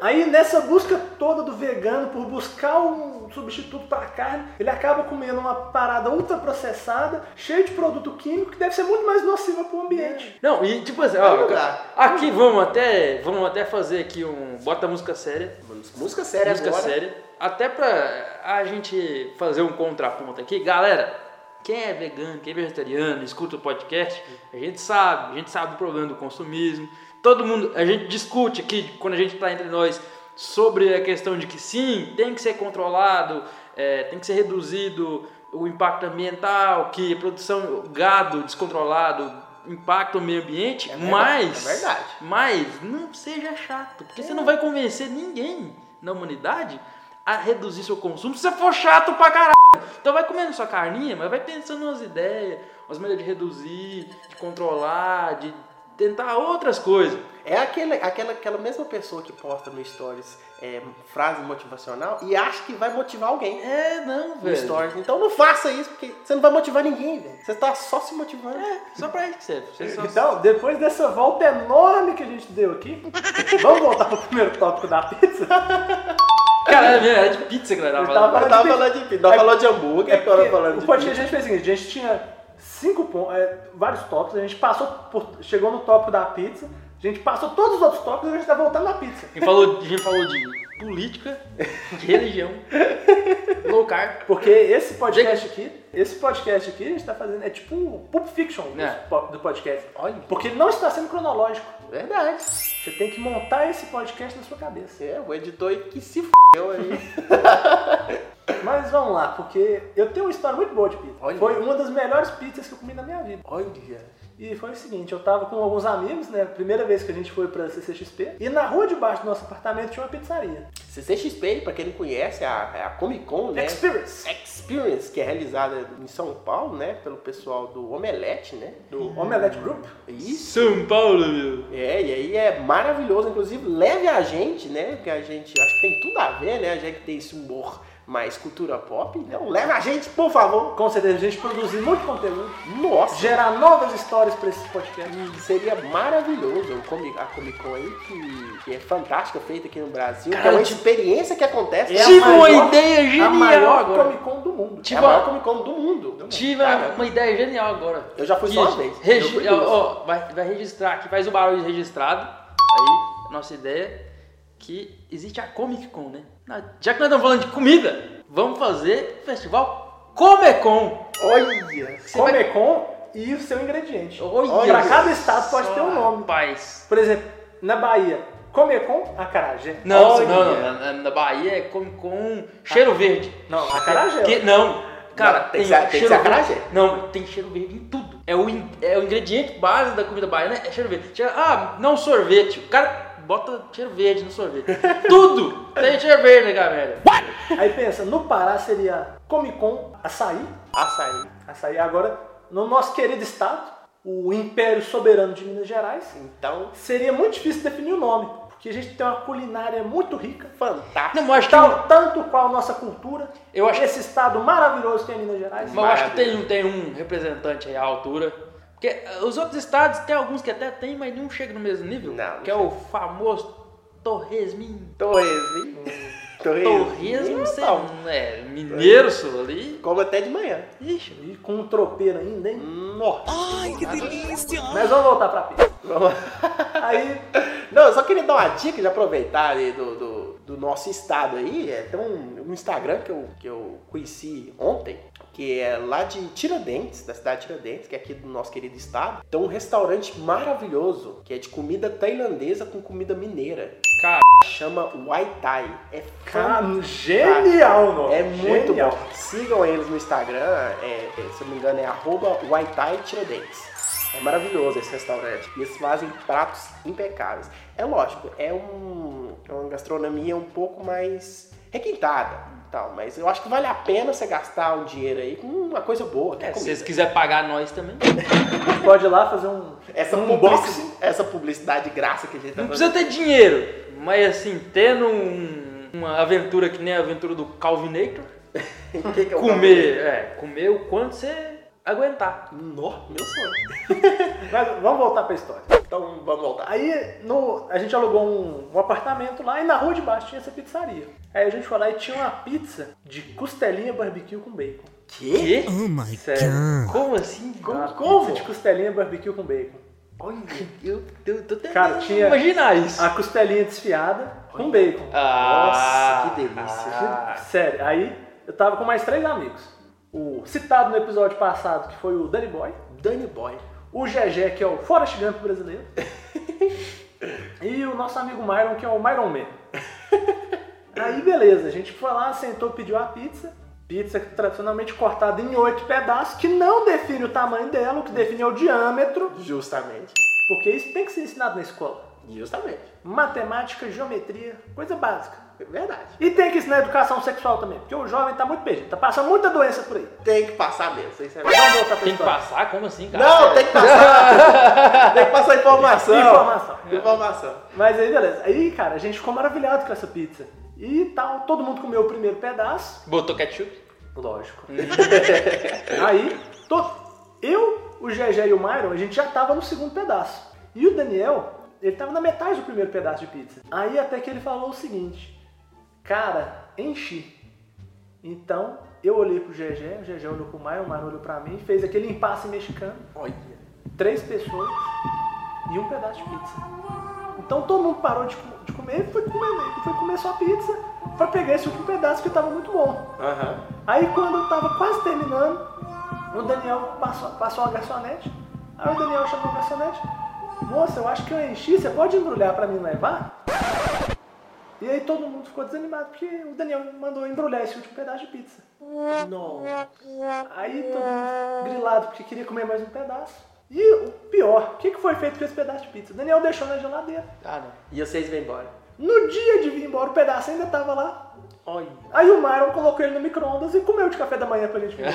S3: aí nessa busca toda do vegano por buscar um substituto pra carne, ele acaba comendo uma parada ultraprocessada, cheia de produto químico que deve ser muito mais nociva pro ambiente.
S4: Não, e tipo assim, ó,
S2: Não dá.
S4: aqui vamos até, vamos até fazer aqui um, bota música séria,
S2: Música séria
S4: música
S2: agora.
S4: séria, até pra a gente fazer um contraponto aqui, galera. Quem é vegano, quem é vegetariano, escuta o podcast, a gente sabe, a gente sabe do problema do consumismo. Todo mundo, a gente discute aqui quando a gente está entre nós sobre a questão de que sim, tem que ser controlado, é, tem que ser reduzido o impacto ambiental, que a produção gado descontrolado impacta o meio ambiente,
S2: verdade,
S4: mas
S2: é verdade.
S4: mas não seja chato, porque você não vai convencer ninguém na humanidade a reduzir seu consumo se você for chato pra caralho. Então vai comendo sua carninha, mas vai pensando umas ideias, umas maneiras de reduzir, de controlar, de tentar outras coisas.
S2: É aquele, aquela, aquela mesma pessoa que posta no Stories é, frase motivacional e acha que vai motivar alguém.
S4: É, não,
S2: no
S4: velho.
S2: Stories. Então não faça isso, porque você não vai motivar ninguém, velho. Você tá só se motivando.
S4: É, só pra isso que serve. Você só-
S3: Então, depois dessa volta enorme que a gente deu aqui, vamos voltar pro primeiro tópico da pizza?
S4: Caralho, é de pizza que ela tava
S3: Ele
S4: falando.
S2: Nós
S3: Mas
S2: tava
S3: tem-
S2: falando de nós
S3: é-
S2: falou de hambúrguer,
S3: É
S2: agora
S3: porque
S2: falando de
S3: o podcast
S2: pizza.
S3: a gente fez o seguinte, a gente tinha cinco pontos, vários tópicos, a gente passou por- chegou no tópico da pizza, a gente passou todos os outros tópicos e a gente tá voltando na pizza.
S4: A gente falou, a gente falou de política, de religião, low carb.
S3: Porque esse podcast aqui, esse podcast aqui a gente tá fazendo, é tipo um Pulp Fiction do,
S4: É.
S3: po- do podcast. Olha. Porque ele não está sendo cronológico.
S2: Verdade.
S3: Você tem que montar esse podcast na sua cabeça.
S2: É, o editor aí que se f*** aí.
S3: Mas vamos lá, porque eu tenho uma história muito boa de pizza.
S2: Olha.
S3: Foi uma das melhores pizzas que eu comi na minha vida.
S2: Olha.
S3: E foi o seguinte, eu tava com alguns amigos, né? Primeira vez que a gente foi pra CCXP. E na rua de baixo do nosso apartamento tinha uma pizzaria.
S2: CCXP, pra quem não conhece, é a, é a Comic Con, né?
S3: Experience.
S2: Experience, que é realizada em São Paulo, né? Pelo pessoal do Omelete, né? Do
S3: Omelette Group.
S2: Isso.
S4: São Paulo, meu.
S2: É, e aí é maravilhoso. Inclusive, leve a gente, né? Porque a gente acho que tem tudo a ver, né? A gente tem esse humor mais cultura pop. Então, leve a gente, por favor.
S3: Com certeza, a gente produzir muito conteúdo,
S2: Nossa!
S3: gerar novas histórias pra esse podcast.
S2: E seria maravilhoso o Comi- a Comic Con aí, que, que é fantástica, feita aqui no Brasil, que é
S4: Cara,
S2: uma
S4: ti-
S2: experiência que acontece. Tipo
S3: É a
S4: Tive uma
S3: maior-
S4: ideia
S3: A
S4: genial
S3: maior
S4: agora.
S3: Comic Con do mundo.
S2: É a Tipo
S4: Tipo,
S2: maior Comic Con do mundo. Do mundo.
S4: Tive
S2: Cara,
S4: uma ideia genial agora.
S2: Eu já fui só uma vez.
S4: Regi-
S2: Eu fui
S4: ó,
S2: duas.
S4: ó, vai, vai registrar aqui, faz o barulho de registrado. Aí, nossa ideia. Que existe a Comic Con, né? Na- Já que nós estamos falando de comida, vamos fazer o festival Comecon.
S2: Olha!
S4: Você vai-
S3: Comic Con é e o seu ingrediente.
S4: Olha
S3: pra cada estado pode ter um nome.
S4: Rapaz.
S3: Por exemplo, na Bahia, Comic Con, acarajé.
S4: Não,
S2: Olha.
S4: não, não, na, na Bahia é Comic Con Cheiro Verde.
S3: Não, acarajé.
S4: Que- não, Cara,
S2: Não, tem
S4: tem,
S2: que ser- tem que
S4: cheiro
S2: ser
S4: verde.
S2: acarajé.
S4: Não, tem cheiro verde em tudo. É o, in- é o ingrediente base da comida baiana, é cheiro verde. Cheiro- ah, não sorvete. O cara bota cheiro verde no sorvete. tudo tem cheiro verde, né, galera.
S3: Aí pensa, no Pará seria Comic Con, açaí.
S2: Açaí.
S3: Açaí agora, no nosso querido estado, o Império Soberano de Minas Gerais.
S2: Então,
S3: Seria muito difícil definir o nome, porque a gente tem uma culinária muito rica.
S2: fantástico.
S4: Não, mas eu acho que,
S2: Então,
S3: Tal, tanto qual nossa cultura,
S4: Eu acho-
S3: esse estado maravilhoso que é Minas Gerais.
S4: mas eu acho que tem, um- tem um representante aí à altura. Porque eh, os outros estados, tem alguns que até tem, mas não chega no mesmo nível.
S2: Não, não
S4: que é o famoso torresminho.
S2: Torresmo.
S3: Hum.
S4: Torresmo, não sei, não é mineiro, sou ali.
S2: Como Então, até de manhã.
S4: Ixi,
S3: E com um tropeiro ainda, hein?
S2: Nossa.
S5: Ai, que delícia!
S3: Mas vamos voltar pra pizza. Aí,
S2: Não, eu só queria dar uma dica de aproveitar ali do, do, do nosso estado aí. É, tem um, um Instagram que eu, que eu conheci ontem, que é lá de Tiradentes, da cidade de Tiradentes, que é aqui do nosso querido estado. Tem um restaurante maravilhoso, que é de comida tailandesa com comida mineira.
S4: Cara.
S2: Chama Wai Thai. É
S3: cara, genial, não?
S2: É muito
S3: Genial.
S2: bom. Sigam eles no Instagram, é, é, se eu não me engano é arroba Waitai Tiradentes. É maravilhoso esse restaurante. E eles fazem pratos impecáveis. É lógico, é, um- é uma gastronomia um pouco mais requintada. e Tal, mas eu acho que vale a pena você gastar um dinheiro aí com uma coisa boa. que é
S4: É, se
S2: comida.
S4: vocês quiserem pagar nós também.
S3: Pode ir lá fazer um
S2: essa,
S3: um
S2: publici- essa publicidade graça que a gente tá
S4: Não
S2: fazendo.
S4: precisa ter dinheiro, mas assim, tendo um- uma aventura que nem a aventura do Calvinator,
S2: Que que é o
S4: comer, é, comer o quanto você aguentar.
S2: Nó, meu sonho.
S3: Mas vamos voltar pra história.
S2: Então vamos voltar.
S3: Aí no- a gente alugou um, um apartamento lá e na rua de baixo tinha essa pizzaria. Aí a gente foi lá e tinha uma pizza de costelinha barbecue com bacon.
S2: Que?
S5: Oh my
S3: Sério.
S4: Como assim?
S3: Uma
S4: Como?
S3: pizza de costelinha barbecue com bacon.
S2: Olha,
S4: Eu, eu tô tentando
S3: Cara, tinha-
S4: imaginar isso.
S3: A costelinha desfiada com bacon.
S2: Nossa,
S4: Ah,
S2: que delícia.
S4: ah.
S3: Sério, aí eu tava com mais três amigos. O citado no episódio passado, que foi o Danny Boy.
S2: Danny Boy.
S3: O Gegé, que é o Forrest Gump brasileiro. e o nosso amigo Myron, que é o Myron Man. Aí beleza, a gente foi lá, sentou, pediu a pizza. Pizza tradicionalmente cortada em oito pedaços, que não define o tamanho dela, o que define é o diâmetro,
S2: Justamente.
S3: porque isso tem que ser ensinado na escola.
S2: Justamente.
S3: Matemática, geometria, coisa básica.
S2: É verdade.
S3: E tem que ensinar educação sexual também, porque o jovem tá muito perdido, tá passando muita doença por aí. Então,
S2: Tem que passar mesmo, sem Tá saber.
S3: Vamos voltar pra
S4: Tem que
S3: história.
S4: passar? Como assim, cara?
S2: Não, tem que passar. tem que passar informação.
S3: Informação.
S2: Informação.
S3: Mas aí beleza, aí cara, a gente ficou maravilhado com essa pizza. E tal, todo mundo comeu o primeiro pedaço,
S4: Botou ketchup?
S3: lógico. aí, to- eu, o Gegé e o Myron, a gente já tava no segundo pedaço. E o Daniel, ele tava na metade do primeiro pedaço de pizza. Aí até que ele falou o seguinte, cara, enchi. Então, eu olhei pro Gegé, o Gegé olhou pro Myron, o Myron olhou pra mim, fez aquele impasse mexicano.
S2: Olha.
S3: três pessoas e um pedaço de pizza. Então todo mundo parou de, co- de comer e foi comer, foi comer só a pizza pra pegar esse último pedaço que tava muito bom.
S2: Aham.
S3: Aí quando eu tava quase terminando, o Daniel passou, passou a garçonete. Aí o Daniel chamou a garçonete. Moça, eu acho que eu enchi, você pode embrulhar pra mim levar? E aí todo mundo ficou desanimado porque o Daniel mandou embrulhar esse último pedaço de pizza.
S2: Nossa.
S3: Aí todo mundo grilado porque queria comer mais um pedaço. E o pior, o que que foi feito com esse pedaço de pizza? O Daniel deixou na geladeira.
S4: Ah, não.
S2: E vocês vêm embora.
S3: No dia de vir embora, o pedaço ainda tava lá.
S2: Olha.
S3: Aí o Myron colocou ele no micro-ondas e comeu de café da manhã pra gente comer.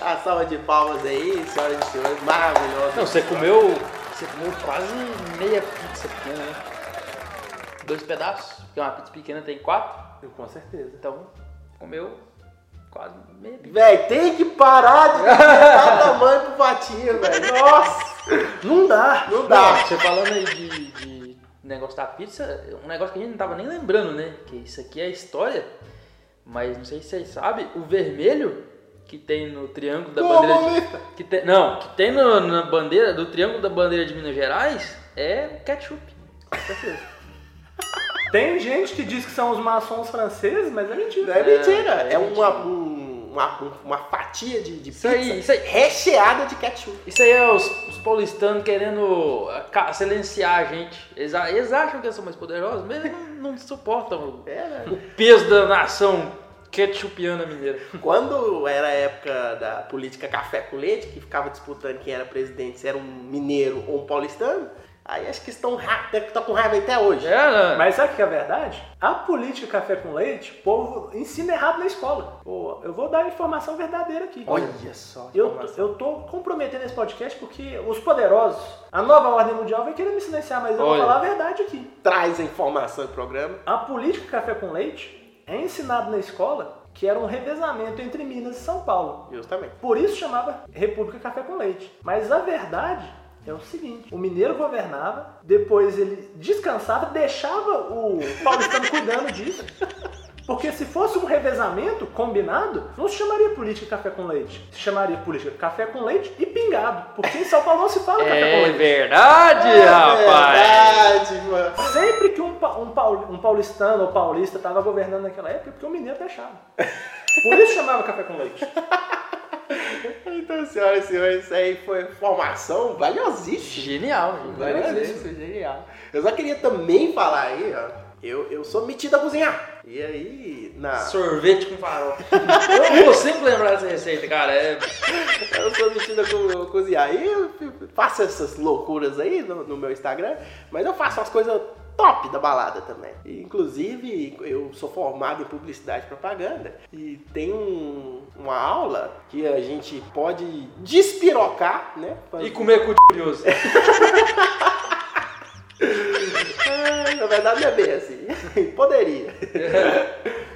S2: A Ah, salva de palmas aí, senhoras e senhores. Maravilhoso.
S4: Não, você comeu. Você comeu quase meia pizza pequena, né? Dois pedaços, porque uma pizza pequena tem quatro.
S3: Com certeza.
S4: Então, comeu quase meia pizza.
S2: Véi, tem que parar de dar tamanho pro patinho, velho. Nossa.
S3: Não dá.
S2: Não
S4: Não,
S2: dá.
S4: você falando aí de, de negócio da pizza, um negócio que a gente não tava nem lembrando, né? Que isso aqui é história, mas não sei se vocês sabem, o vermelho que tem no triângulo da
S2: Como
S3: é
S4: bandeira
S2: me-
S4: de, que tem, Não, que tem no- na bandeira, do triângulo da bandeira de Minas Gerais é ketchup.
S3: Tem gente que diz que são os maçons franceses, mas é mentira.
S2: É mentira.
S4: É,
S2: É
S4: é
S2: uma,
S4: mentira.
S2: um- uma, uma fatia de, de
S4: Isso
S2: pizza
S4: aí, isso aí.
S2: recheada de ketchup.
S4: Isso aí é os, os paulistanos querendo ah, ca- silenciar a gente. Eles, a- eles acham que eles são mais poderosos, mas eles não, não suportam o
S2: É, velho.
S4: peso da nação Ketchupiana mineira.
S2: Quando era a época da política café com leite, que ficava disputando quem era presidente, se era um mineiro ou um paulistano, aí acho que estão ra- tá com raiva até hoje.
S4: É, não.
S3: Mas sabe o que é a verdade? A política café com leite, o povo ensina errado na escola. Pô, eu vou dar a informação verdadeira aqui.
S2: Olha só.
S3: Eu, tô- eu tô comprometendo esse podcast porque os poderosos, a nova ordem mundial vai querer me silenciar, mas eu
S4: Olha.
S3: vou falar a verdade aqui.
S2: Traz a informação do programa.
S3: A política café com leite é ensinado na escola que era um revezamento entre Minas e São Paulo.
S2: Justamente.
S3: Por isso chamava República Café com Leite. Mas a verdade é o seguinte: o mineiro governava, depois ele descansava, deixava o paulistano cuidando disso. Porque se fosse um revezamento combinado, não se chamaria política café com leite. Se chamaria política café com leite e pingado. Porque em São Paulo não se fala café com
S4: É
S3: leite.
S4: verdade, Ah, rapaz.
S2: É Verdade, mano.
S3: Sempre que um, pa- um paul- um paulistano ou paulista estava governando naquela época, é porque o mineiro deixava. Por isso chamava café com leite.
S2: Então, senhoras e senhores, isso aí foi informação valiosíssima.
S4: Genial, gente.
S2: Valiosíssima, genial. Eu só queria também falar aí, ó. Eu, eu sou metido a cozinhar. E aí, na.
S4: Sorvete com farol. Eu vou sempre lembrar dessa receita, cara. É
S2: Eu sou metido a co- cozinhar. E eu faço essas loucuras aí no, no meu Instagram, mas eu faço as coisas top da balada também. E, inclusive, eu sou formado em publicidade e propaganda e tem um- uma aula que a gente pode despirocar, né?
S4: E comer cu de curioso.
S2: Ah, Na verdade, não é bem assim. Poderia.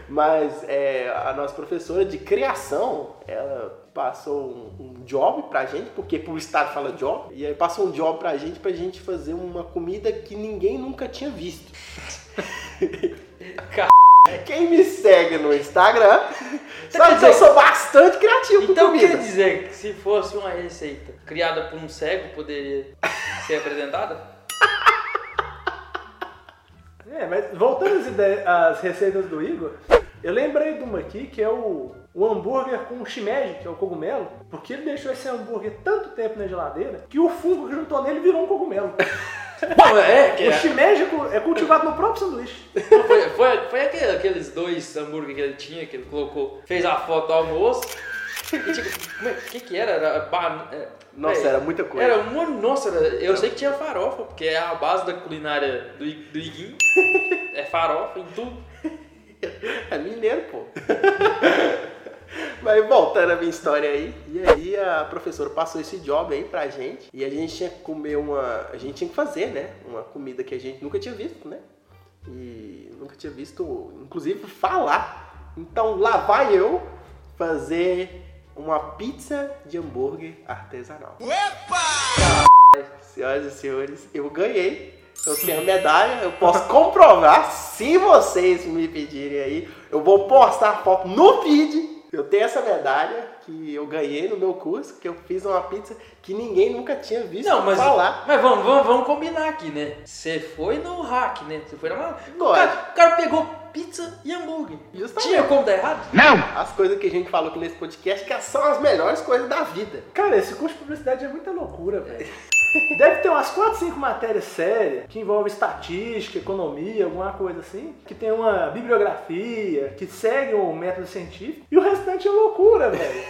S2: Mas é, a nossa professora de criação, ela passou um, um job pra gente, porque publicidade fala job, e aí passou um job pra gente pra gente fazer uma comida que ninguém nunca tinha visto.
S4: Car-
S2: Quem me segue no Instagram
S4: Você Tá
S2: sabe
S3: Então,
S4: quer
S2: que eu
S4: dizer-
S2: sou bastante criativo com
S4: Então
S2: comida.
S4: quer dizer que se fosse uma receita criada por um cego, poderia ser apresentada?
S3: É, mas voltando às, ideias- às receitas do Igor, eu lembrei de uma aqui que é o, o hambúrguer com shimeji, que é o cogumelo, porque ele deixou esse hambúrguer tanto tempo na geladeira que o fungo que juntou nele virou um cogumelo.
S4: Não, é, que
S3: O
S4: é.
S3: shimeji é cu- é cultivado no próprio sanduíche.
S4: Foi, foi, foi aquele- aqueles dois hambúrguer que ele tinha, que ele colocou, fez a foto do almoço. E tipo, como é- o que que era? Era ba- é,
S2: Nossa,
S4: é,
S2: era muita coisa.
S4: Era um monte- nossa, era- eu sei que tinha farofa, porque é a base da culinária do, I- do Iguinho. É farofa em tudo.
S2: É mineiro, pô. Mas voltando à minha história aí, e aí a professora passou esse job aí pra gente, e a gente tinha que comer uma. A gente tinha que fazer, né? Uma comida que a gente nunca tinha visto, né? E nunca tinha visto, inclusive, falar. Então lá vai eu fazer uma pizza de hambúrguer artesanal. Senhoras e senhores, eu ganhei. Eu tenho a medalha, eu posso comprovar se vocês me pedirem aí. Eu vou postar foto no feed. Eu tenho essa medalha que eu ganhei no meu curso, que eu fiz uma pizza que ninguém nunca tinha visto
S4: Não, mas,
S2: falar.
S4: mas vamos, vamos, vamos combinar aqui, né? Você foi no hack, né? Você foi na mala. O
S2: Lógico.
S4: cara, o cara pegou pizza e hambúrguer.
S2: Justamente.
S4: Tinha como dar errado?
S2: As coisas que a gente falou aqui nesse podcast que são as melhores coisas da vida.
S3: Cara, esse curso de publicidade é muita loucura, velho. Deve ter umas 4, 5 matérias sérias que envolvem estatística, economia, alguma coisa assim, que tem uma bibliografia, que segue o método científico, e o restante é loucura, velho.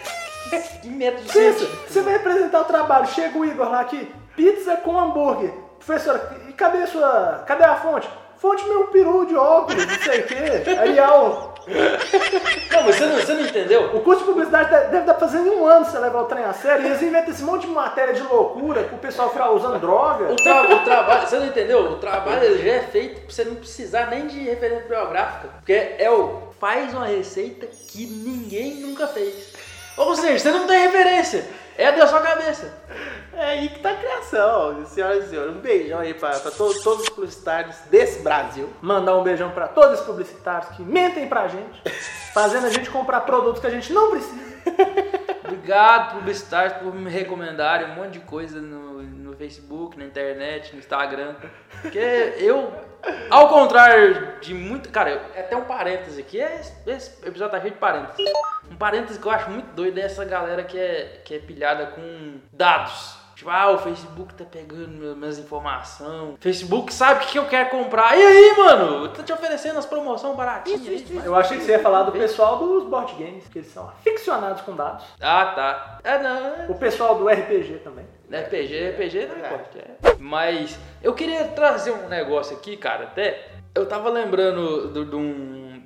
S4: Que método
S3: Pensa,
S4: científico.
S3: você vai apresentar o trabalho, chega o Igor lá aqui, pizza com hambúrguer. Professora, e cadê a sua. Cadê a fonte? Fonte meu peru de óculos, não sei o quê. Arial.
S4: Não, mas você não, você não entendeu?
S3: O curso de publicidade de- deve estar fazendo um ano se você levar o trem a sério. E eles inventam esse monte de matéria de loucura pro pessoal ficar usando droga.
S4: O, tra- o trabalho, você não entendeu? O trabalho ele já é feito pra você não precisar nem de referência biográfica. Porque é o faz uma receita que ninguém nunca fez. Ou seja, você não tem referência. É da sua cabeça.
S2: É aí que tá a criação, senhoras e senhores. Um beijão aí pra, pra to- todos os publicitários desse Brasil.
S3: Mandar um beijão pra todos os publicitários que mentem pra gente, fazendo a gente comprar produtos que a gente não precisa.
S4: Obrigado, publicitários, por me recomendarem um monte de coisa no, no Facebook, na internet, no Instagram. Porque eu, ao contrário de muito. Cara, eu- até um parêntese aqui. é- Esse, episódio tá cheio de parênteses. Um parêntese que eu acho muito doido é essa galera que é, que é pilhada com dados. Tipo, ah, o Facebook tá pegando meu- minhas informações. Facebook sabe o que, que eu quero comprar. E aí, mano? Tá te oferecendo as promoções baratinhas. aí, mas-
S3: Eu achei que você ia falar do pessoal dos board games, que eles são aficionados com dados.
S4: Ah, tá. É, não. é-
S3: O pessoal do RPG também.
S4: Né, RPG, RPG não importa. é. Mas eu queria trazer um negócio aqui, cara, até. Eu tava lembrando do- de um-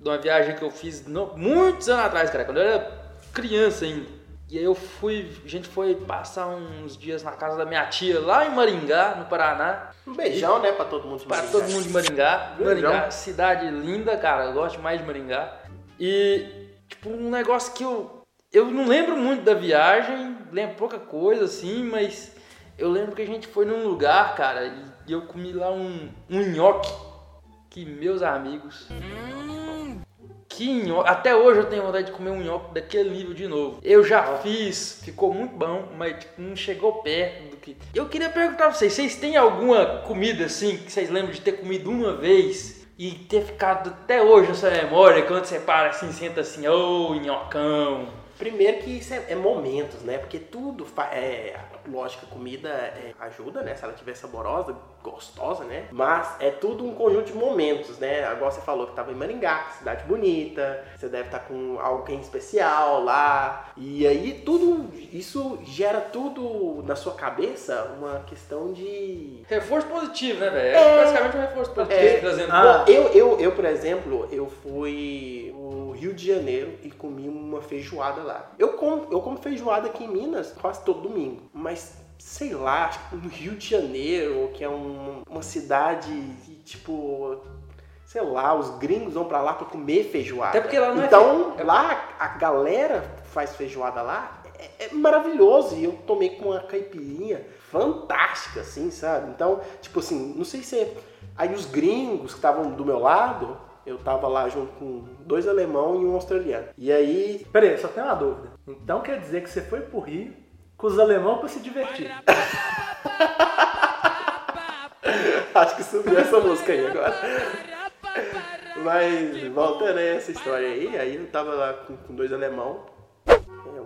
S4: de uma viagem que eu fiz no- muitos anos atrás, cara, quando eu era criança ainda. E aí eu fui, a gente foi passar uns dias na casa da minha tia lá em Maringá, no Paraná.
S2: Um beijão, né, pra todo mundo. de
S4: Para
S2: Maringá.
S4: todo mundo de Maringá.
S2: Beijão.
S4: Maringá, cidade linda, cara. Eu gosto mais de Maringá. E, tipo, um negócio que eu. Eu não lembro muito da viagem, lembro pouca coisa assim, mas eu lembro que a gente foi num lugar, cara, e eu comi lá um, um nhoque. Que meus amigos. Que nhoque. Até hoje eu tenho vontade de comer um nhoque daquele nível de novo. Eu já fiz, ficou muito bom, mas tipo, não chegou perto do que. Eu queria perguntar pra vocês: vocês têm alguma comida assim que vocês lembram de ter comido uma vez e ter ficado até hoje na sua memória? Quando você para assim, senta assim, ô nhocão.
S2: Primeiro que isso é, é momentos, né? Porque tudo fa- é. Lógico, a comida é, ajuda, né? Se ela tiver saborosa, gostosa, né? Mas é tudo um conjunto de momentos, né? Agora você falou que tava em Maringá, cidade bonita, você deve estar com alguém especial lá. E aí tudo. Isso gera tudo na sua cabeça uma questão de
S4: Reforço positivo, né, velho? É basicamente um reforço positivo
S2: É.
S4: trazendo.
S3: Ah.
S2: Bom, eu, eu, eu, por exemplo, eu fui no Rio de Janeiro e comi uma feijoada lá. Eu como, eu como feijoada aqui em Minas quase todo domingo, mas sei lá, acho que no Rio de Janeiro, que é um- uma cidade que, tipo, sei lá, os gringos vão pra lá pra comer feijoada.
S4: Até porque lá não é
S2: Então,
S4: fe- é-
S2: lá a galera faz feijoada lá, é, é maravilhoso. E eu tomei com uma caipirinha fantástica, assim, sabe? Então, tipo assim, não sei se. é- Aí os gringos que estavam do meu lado, eu tava lá junto com dois alemão e um australiano. E aí.
S3: Pera aí, só tem uma dúvida. Então quer dizer que você foi pro Rio com os alemão pra se divertir.
S2: Acho que subiu essa música aí agora. Mas voltando a essa história aí, aí eu tava lá com, com dois alemão. é,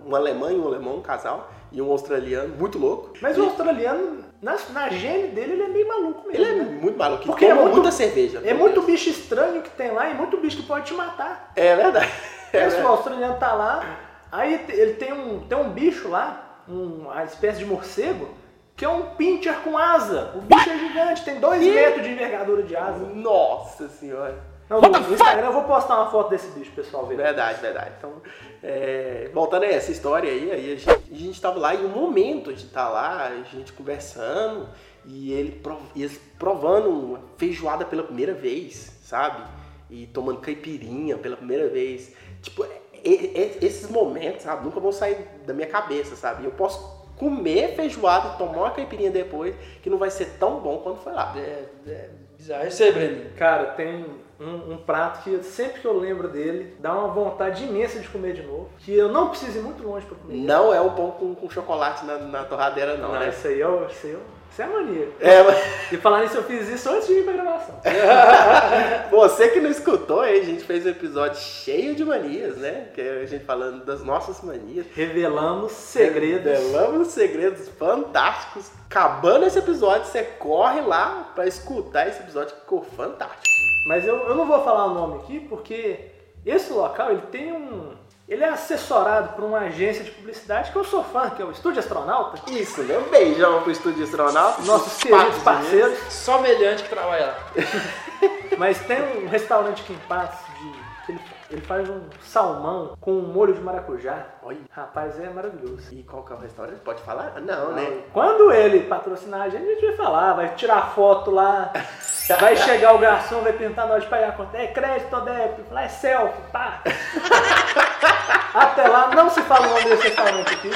S2: Um alemão e um alemão, um casal, e um australiano, muito louco.
S3: Mas o australiano, na, na gene dele, ele é meio maluco mesmo.
S2: Ele é
S3: né?
S2: muito maluco, ele
S3: Porque é
S2: toma
S3: muito-
S2: muita cerveja.
S3: É muito bicho estranho que tem lá e muito bicho que pode te matar.
S2: É verdade. É
S3: Pensa,
S2: verdade.
S3: o australiano tá lá, aí te- ele tem um, tem um bicho lá, um, uma espécie de morcego, que é um pincher com asa. O bicho é gigante, tem dois metros de envergadura de asa.
S2: Nossa senhora.
S3: Não, no, no Instagram eu vou postar uma foto desse bicho, pessoal, ver.
S2: Verdade, verdade. Então, é, voltando a essa história aí, aí a gente, a gente tava lá e um momento de estar lá, a gente conversando e ele prov- e eles provando uma feijoada pela primeira vez, sabe? E tomando caipirinha pela primeira vez. Tipo, e- e- esses momentos, sabe? Nunca vão sair da minha cabeça, sabe? Eu posso comer feijoada, tomar uma caipirinha depois, que não vai ser tão bom quanto foi lá.
S4: É, é bizarro. Eu sei, Breno.
S3: Cara, tem um, um prato que sempre que eu lembro dele, dá uma vontade imensa de comer de novo. Que eu não preciso ir muito longe pra comer.
S2: Não é o pão com, com chocolate na, na torradeira, não,
S3: Não,
S2: né?
S3: isso aí, eu, isso aí eu, isso é mania.
S2: É, mas-
S3: E falar nisso, eu fiz isso antes de ir pra gravação.
S2: Você que não escutou, aí, a gente fez um episódio cheio de manias, né? Que é a gente falando das nossas manias.
S3: Revelamos segredos.
S2: Revelamos segredos fantásticos. Acabando esse episódio, você corre lá pra escutar esse episódio que ficou fantástico.
S3: Mas eu, eu não vou falar o nome aqui, porque esse local, ele tem um... Ele é assessorado por uma agência de publicidade que eu sou fã, que é o Estúdio Astronauta.
S2: Isso, né? Um beijão pro Estúdio Astronauta.
S3: Nossos
S2: queridos
S3: queridos parceiros.
S4: Só meliante que trabalha lá.
S3: Mas tem um restaurante aqui em Patos de- que ele, ele faz um salmão com um molho de maracujá.
S2: Olha.
S3: Rapaz, é maravilhoso.
S2: E qual que é o restaurante? Pode falar? Não, né?
S3: Quando ele patrocinar a gente, a gente vai falar, vai tirar foto lá, vai chegar o garçom, vai perguntar nós de pagar a conta. É crédito ou débito? Falar, é selfie, pá. Até lá, não se fala o nome desse restaurante aqui.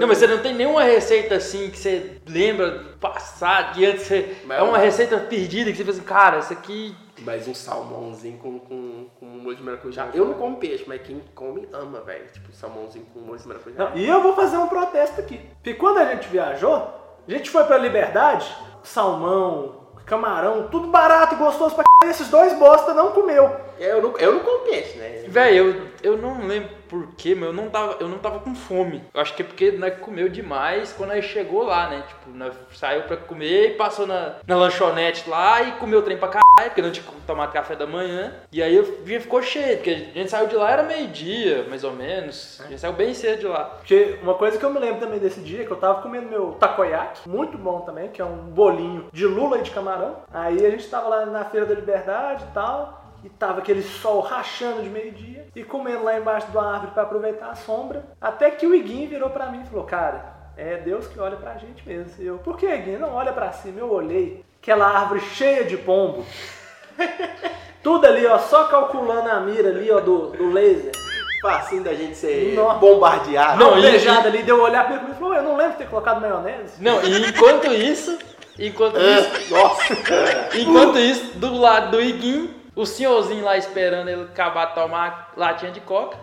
S4: Não, mas você não tem nenhuma receita assim que você lembra do passado, que antes você.
S2: Mas-
S4: é uma receita perdida que você fez assim, cara, essa aqui.
S2: Mas um salmãozinho com, com, com molho de maracujá. Eu não como peixe, mas quem come ama, velho. Tipo, salmãozinho com molho de maracujá.
S3: Não, e eu vou fazer um protesto aqui. Porque quando a gente viajou, a gente foi pra Liberdade, salmão, camarão, tudo barato e gostoso pra c... esses dois bosta não comeu.
S2: É, Eu não, eu não compenso, né?
S4: Véi, eu, eu não lembro porquê, mas eu não, tava, eu não tava com fome. Eu acho que é porque né, comeu demais quando aí chegou lá, né? Tipo, né, saiu pra comer e passou na, na lanchonete lá e comeu o trem pra caralho, porque não tinha como tomar café da manhã. E aí eu já ficou cheio, porque a gente saiu de lá, era meio-dia, mais ou menos. A gente saiu bem cedo de lá.
S3: Porque uma coisa que eu me lembro também desse dia, é que eu tava comendo meu takoyaki, muito bom também, que é um bolinho de lula e de camarão. Aí a gente tava lá na Feira da Liberdade e tal, e tava aquele sol rachando de meio-dia, e comendo lá embaixo de uma árvore pra aproveitar a sombra, até que o Iguinho virou pra mim e falou, cara... É Deus que olha pra gente mesmo. E eu, por que, Iguinho? Não olha pra cima. Eu olhei aquela árvore cheia de pombo. Tudo ali, ó, só calculando a mira ali, ó, do, do laser.
S2: Facinho da gente ser
S3: Nossa.
S2: bombardeado.
S4: Não,
S3: Não,
S4: e-
S3: beijada ali, deu um olhar pra ele e falou, eu não lembro de ter colocado maionese.
S4: Não, e enquanto isso, enquanto isso,
S2: Nossa.
S4: Enquanto isso, do lado do Iguinho, o senhorzinho lá esperando ele acabar de tomar a latinha de coca,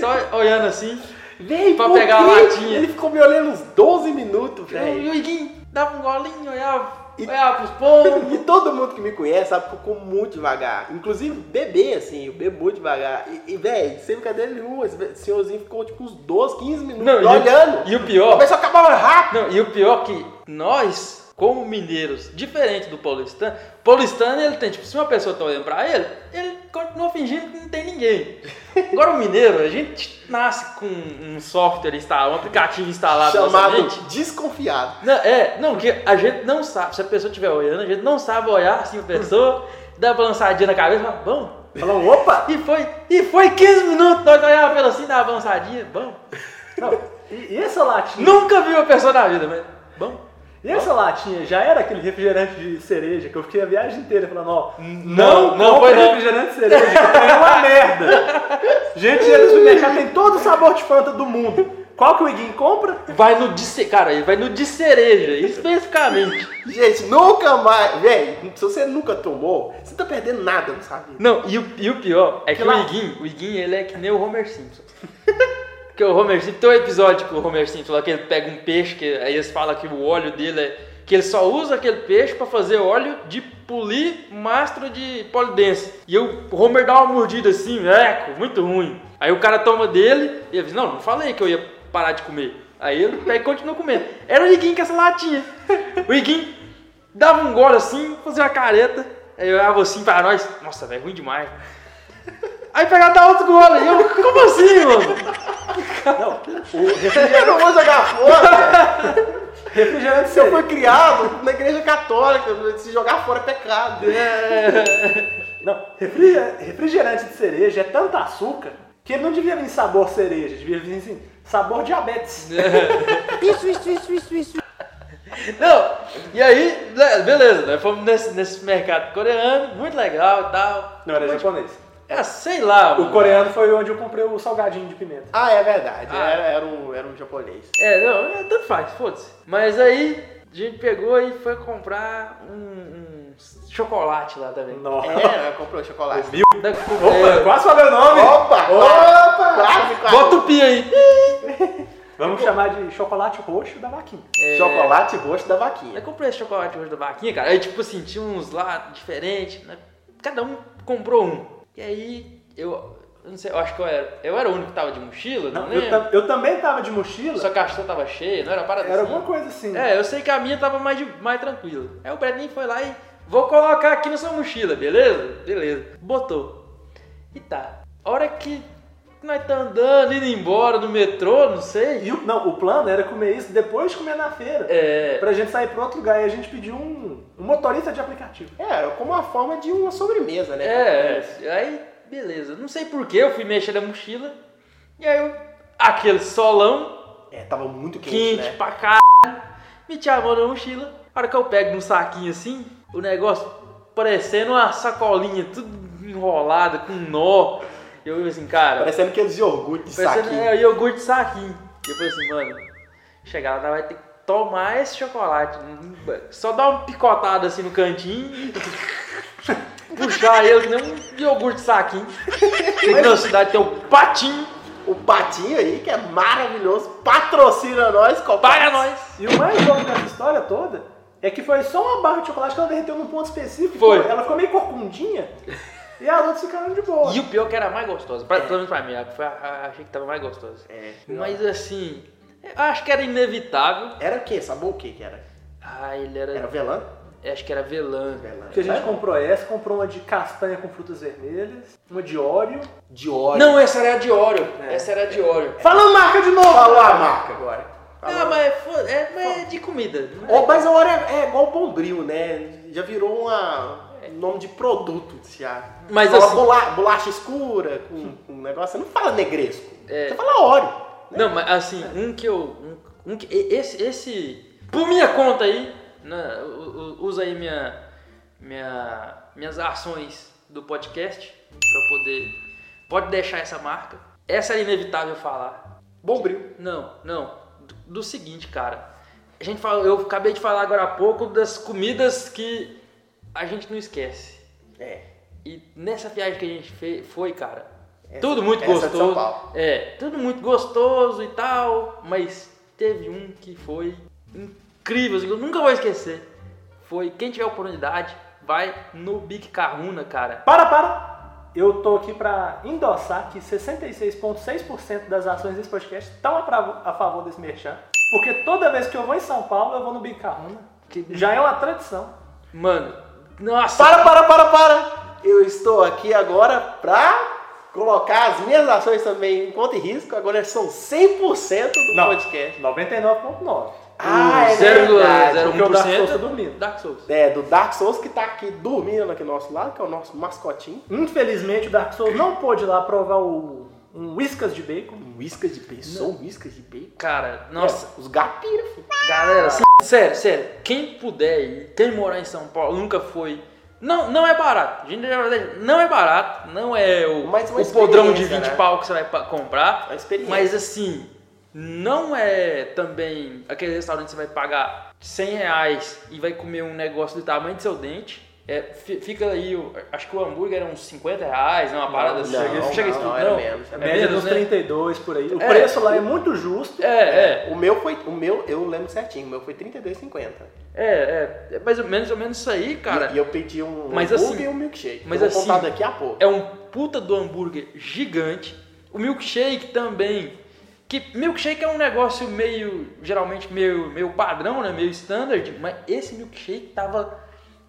S4: só olhando assim.
S2: Vem
S4: Pra pegar a latinha.
S2: Ele ficou me olhando uns 12 minutos,
S4: E
S2: velho.
S4: o Iguinho dava um golinho, olhava,
S2: E-
S4: olhava pros pombos.
S2: E todo mundo que me conhece sabe que eu como muito devagar. Inclusive bebê, assim, eu bebo muito devagar. E, e velho, sem brincadeira nenhuma, esse senhorzinho ficou tipo uns 12, 15 minutos
S4: Não, e o-
S2: olhando.
S4: E o pior,
S2: Começou a acabar rápido.
S4: não, e o pior que nós, como mineiros, diferente do paulistano, paulistano ele tem, tipo, se uma pessoa tá olhando pra ele, ele continua fingindo que não tem ninguém. Agora o mineiro, a gente nasce com um software instalado, um aplicativo instalado na nossa mente.
S2: Chamado desconfiado.
S4: Não, é, não, porque a gente não sabe, se a pessoa estiver olhando, a gente não sabe olhar assim a pessoa, dá uma balançadinha na cabeça, fala, bom.
S3: Falou, opa!
S4: E foi, e foi 15 minutos, nós olhava pelo assim, dava uma balançadinha, bom.
S3: Não, e, e essa latinha?
S4: Nunca vi uma pessoa na vida, mas bom.
S3: E essa latinha já era aquele refrigerante de cereja que eu fiquei a viagem inteira falando, ó,
S4: não, não
S3: compra
S4: foi não.
S3: refrigerante de cereja, que é uma merda. Gente, eles no mercado tem todo o sabor de Fanta do mundo. Qual que o Iguinho compra?
S4: Vai no de ce- cara, ele vai no de cereja, especificamente.
S2: Gente, nunca mais. Velho, se você nunca tomou, você não tá perdendo nada, não sabe?
S4: Não, e o, e o pior é que,
S3: lá-
S4: o Iguinho, o Iguinho, ele é que nem o Homer Simpson. Porque o Homer Simpson, tem um episódio que o Homer Simpson lá que ele pega um peixe, que aí eles falam que o óleo dele é. Que ele só usa aquele peixe pra fazer óleo de polir mastro de polidense. E o Homer dá uma mordida assim, eco, muito ruim. Aí o cara toma dele e ele diz, não, não falei que eu ia parar de comer. Aí ele pega e continua comendo. Era o Iguinho com essa latinha. O Iguinho dava um gole assim, fazia uma careta. Aí eu olhava assim pra nós, nossa, velho, ruim demais. Aí pegava dar outro gole. E eu, como assim, mano?
S2: Eu não vou jogar fora.
S3: Refrigerante de
S2: eu
S3: cereja.
S2: fui criado na igreja católica. Se jogar fora é pecado.
S3: Não, refrigerante, refrigerante de cereja é tanto açúcar que ele não devia vir sabor cereja, devia vir assim, sabor diabetes.
S4: É. Não, e aí, né, beleza, nós fomos nesse, nesse mercado coreano, muito legal e tal.
S3: Não, era japonês.
S4: É, sei lá,
S3: O
S4: mano.
S3: coreano foi onde eu comprei o salgadinho de pimenta.
S2: Ah, é verdade.
S4: Ah.
S2: Era, era, um, era um japonês.
S4: É, não, é, tanto faz, foda-se. Mas aí, a gente pegou e foi comprar um, um chocolate lá também.
S3: Nossa.
S2: É, comprou chocolate.
S4: Da-
S3: Opa,
S4: é,
S3: quase falei o nome!
S2: Opa! Opa! Quase, quase.
S4: bota o pi aí.
S3: Vamos chamar de chocolate roxo da vaquinha.
S4: É
S2: É. Chocolate roxo da
S4: Eu
S2: vaquinha.
S4: comprei esse chocolate hoje da vaquinha, cara. Aí, tipo assim, tinha uns lá diferentes, né? Cada um comprou um. E aí, eu, eu não sei, eu acho que eu era, eu era o único que tava de mochila, não,
S3: Não, eu,
S4: lembro.
S3: tam- eu também tava de mochila,
S4: Só que a caixão tava cheia, não era parada
S3: era
S4: assim.
S3: alguma coisa assim.
S4: É, eu sei que a minha tava mais, de- mais tranquila. Aí o Bradley foi lá e vou colocar aqui na sua mochila, beleza? Beleza. Botou. E tá. A hora que nós tá andando, indo embora no metrô, não sei.
S3: E o- não, o plano era comer isso depois de comer na feira.
S4: É.
S3: Pra gente sair pra outro lugar e a gente pediu um, um motorista de aplicativo.
S2: É, era como uma forma de uma sobremesa, né?
S4: É, é. aí beleza. Não sei por que eu fui mexer na mochila. E aí eu, aquele solão,
S2: É, tava muito quente,
S4: quente
S2: né?
S4: pra caralho, meti a mão na mochila. A hora que eu pego num saquinho assim, o negócio parecendo uma sacolinha, tudo enrolada, com nó. Eu assim, cara,
S2: Parecendo aqueles iogurte de
S4: parecendo
S2: saquinho.
S4: é, iogurte de saquinho. E eu falei assim, mano, chegar lá vai ter que tomar esse chocolate. Só dar uma picotada assim no cantinho e puxar ele que nem um iogurte de saquinho. Tem na cidade tem o patinho,
S2: O patinho aí, que é maravilhoso, patrocina nós, Copax.
S4: paga nós.
S3: E o mais louco dessa história toda É que foi só uma barra de chocolate que ela derreteu num ponto específico.
S4: Foi.
S3: Ela ficou meio corcundinha. e as outras ficaram de boa.
S4: E o pior é que era a mais gostosa,
S2: É.
S4: pra, pelo menos pra mim, a- foi a- a- achei que tava mais gostosa. Mas assim, eu acho que era inevitável.
S2: Era o quê? Sabor o quê que era?
S4: Ah, ele era.
S2: Era velã?
S4: Acho que era velã.
S2: Velã.
S3: Porque a
S4: É?
S3: gente comprou essa, comprou uma de castanha com frutas vermelhas, uma de óleo.
S2: De óleo.
S4: Não, essa era a de né? óleo. Essa era a de óleo.
S3: Falando marca de novo!
S2: Falou a marca agora. Falou.
S4: Ah, mas fo- é, mas é de comida.
S2: Ó, mas a hora é, é igual bombril, né? Já virou uma- um nome de produto já.
S4: Mas
S2: fala
S4: assim-
S2: bola- bolacha escura com, com um negócio. Você não fala negresco.
S4: É.
S2: Você fala óleo.
S4: Não, mas assim, um que eu. Um, um que, e- esse, esse. Por minha conta aí, né, u- u- usa aí minha, minha, minhas ações do podcast pra poder. Pode deixar essa marca. Essa é inevitável falar.
S2: Bombril.
S4: Não, não. Do, do seguinte, cara. A gente fala, eu acabei de falar agora há pouco das comidas que a gente não esquece.
S2: É.
S4: E nessa viagem que a gente fe- foi, cara, tudo muito
S2: essa é de
S4: gostoso.
S2: São Paulo.
S4: É, tudo muito gostoso e tal, mas teve um que foi incrível, assim, que eu nunca vou esquecer. Foi quem tiver oportunidade, vai no Big Caruna, cara.
S3: Para, para! Eu tô aqui pra endossar que 66,6% das ações desse podcast estão a, pravo- a favor desse merchan. Porque toda vez que eu vou em São Paulo, eu vou no Bicarruna.
S4: Que-
S3: Já é uma tradição.
S4: Mano, nossa,
S2: Para, para, para, para! Eu estou aqui agora pra colocar as minhas ações também em conta e risco. Agora são 100% do
S3: Não.
S2: podcast.
S3: 99,9%.
S2: Ah, é verdade.
S3: Porque o Dark Souls tá
S4: 0,01%.
S3: dormindo.
S4: Dark Souls.
S2: É, do Dark Souls que tá aqui dormindo aqui do nosso lado, que é o nosso mascotinho.
S3: Infelizmente, o Dark Souls não pôde ir lá provar o, um Whiskas de bacon.
S2: Um Whiskas de pessoa, um whiskas de bacon.
S4: Cara, nossa,
S2: Os gapira, filho.
S4: Galera, assim, sério, sério, quem puder ir, quem morar em São Paulo, nunca foi. Não, não é barato. Gente, na verdade, não é barato, não é o,
S2: Mas uma
S4: o podrão de
S2: experiência,
S4: 20
S2: né?
S4: pau que você vai pa- comprar.
S2: Uma experiência.
S4: Mas assim, não é também aquele restaurante que você vai pagar 100 reais e vai comer um negócio do tamanho do seu dente. É, fi- fica aí, o- acho que o hambúrguer era uns 50 reais, né, uma parada assim.
S2: não,
S4: chega isso
S2: não,
S4: tudo,
S2: era
S4: não.
S2: menos,
S3: A
S2: era
S4: É
S3: média
S4: menos,
S3: dos
S4: né?
S3: 32 por aí. O
S4: É.
S3: preço lá é muito justo.
S4: É, é.
S2: O meu foi. O meu, eu lembro certinho, o meu foi 32,50.
S4: É, é, é mais ou menos, ou menos isso aí, cara.
S2: E, e eu pedi um
S4: Mas
S2: hambúrguer
S4: assim-
S2: e um milkshake.
S4: mas
S2: eu vou contar
S4: assim-
S2: daqui a pouco.
S4: é um puta do hambúrguer gigante. O milkshake também. Que milkshake é um negócio meio, geralmente meio, meio padrão, né? Meio standard, mas esse milkshake tava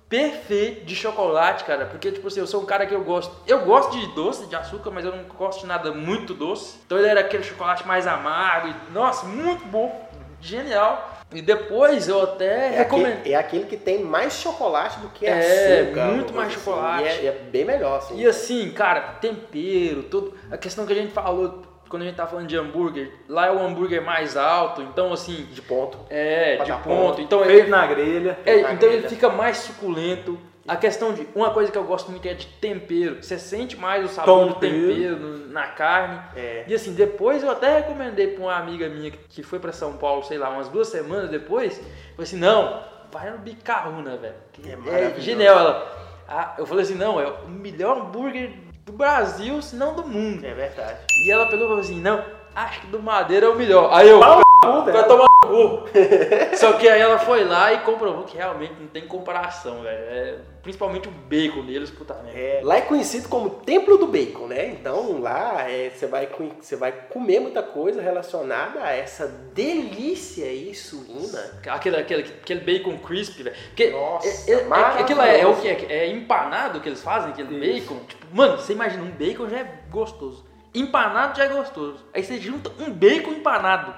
S4: perfeito de chocolate, cara. Porque, tipo assim, eu sou um cara que eu gosto. Eu gosto de doce, de açúcar, mas eu não gosto de nada muito doce. Então ele era aquele chocolate mais amargo. e, nossa, muito bom. Genial. E depois eu até
S2: É
S4: recomendo.
S2: aquele, é aquele que tem mais chocolate do que
S4: É,
S2: açúcar.
S4: muito
S2: uma coisa
S4: mais
S2: assim.
S4: chocolate.
S2: E é, e é bem melhor, assim.
S4: E assim, cara, tempero, tudo. A questão que a gente falou quando a gente tá falando de hambúrguer, lá é o hambúrguer mais alto, então assim,
S2: De ponto.
S4: é,
S2: Pra
S4: de
S2: dar
S4: ponto.
S2: ponto.
S4: Então
S3: Feito
S4: ele,
S3: na grelha.
S4: é,
S2: na
S4: então ele
S2: grelha.
S4: fica mais suculento. A questão de. Uma coisa que eu gosto muito é de tempero. Você sente mais o sabor
S3: Tom
S4: do tempero no- na carne.
S2: É.
S4: E assim, depois eu até recomendei pra uma amiga minha que foi pra São Paulo, sei lá, umas duas semanas depois. Falei assim: não, vai no Bicarruna, velho.
S2: É
S4: É
S2: maravilhoso.
S4: genial. Ela, Ah, eu falei assim: não, é o melhor hambúrguer do Brasil, se não do mundo.
S2: É verdade.
S4: E ela pegou e falou assim: não, acho que do Madeira é o melhor. Aí eu.
S3: Tudo,
S4: Vai
S3: é.
S4: tomar no cu. Só que aí ela foi lá e comprovou que realmente não tem comparação, velho. É, principalmente o bacon deles, puta merda.
S2: É, lá é conhecido como Templo do Bacon, né? Então lá é, você vai, co- você vai comer muita coisa relacionada a essa delícia aí suína.
S4: Né? Aquele, aquele, aquele bacon crisp, velho. Porque
S2: Nossa,
S4: é, é- é-
S2: maravilhoso.
S4: aquilo é, é o que? É, é empanado que eles fazem, aquele bacon. Tipo, mano, você imagina, um bacon já é gostoso. Empanado já é gostoso. Aí você junta um bacon empanado.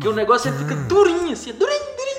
S4: que o negócio ele fica durinho, assim, durinho, durinho.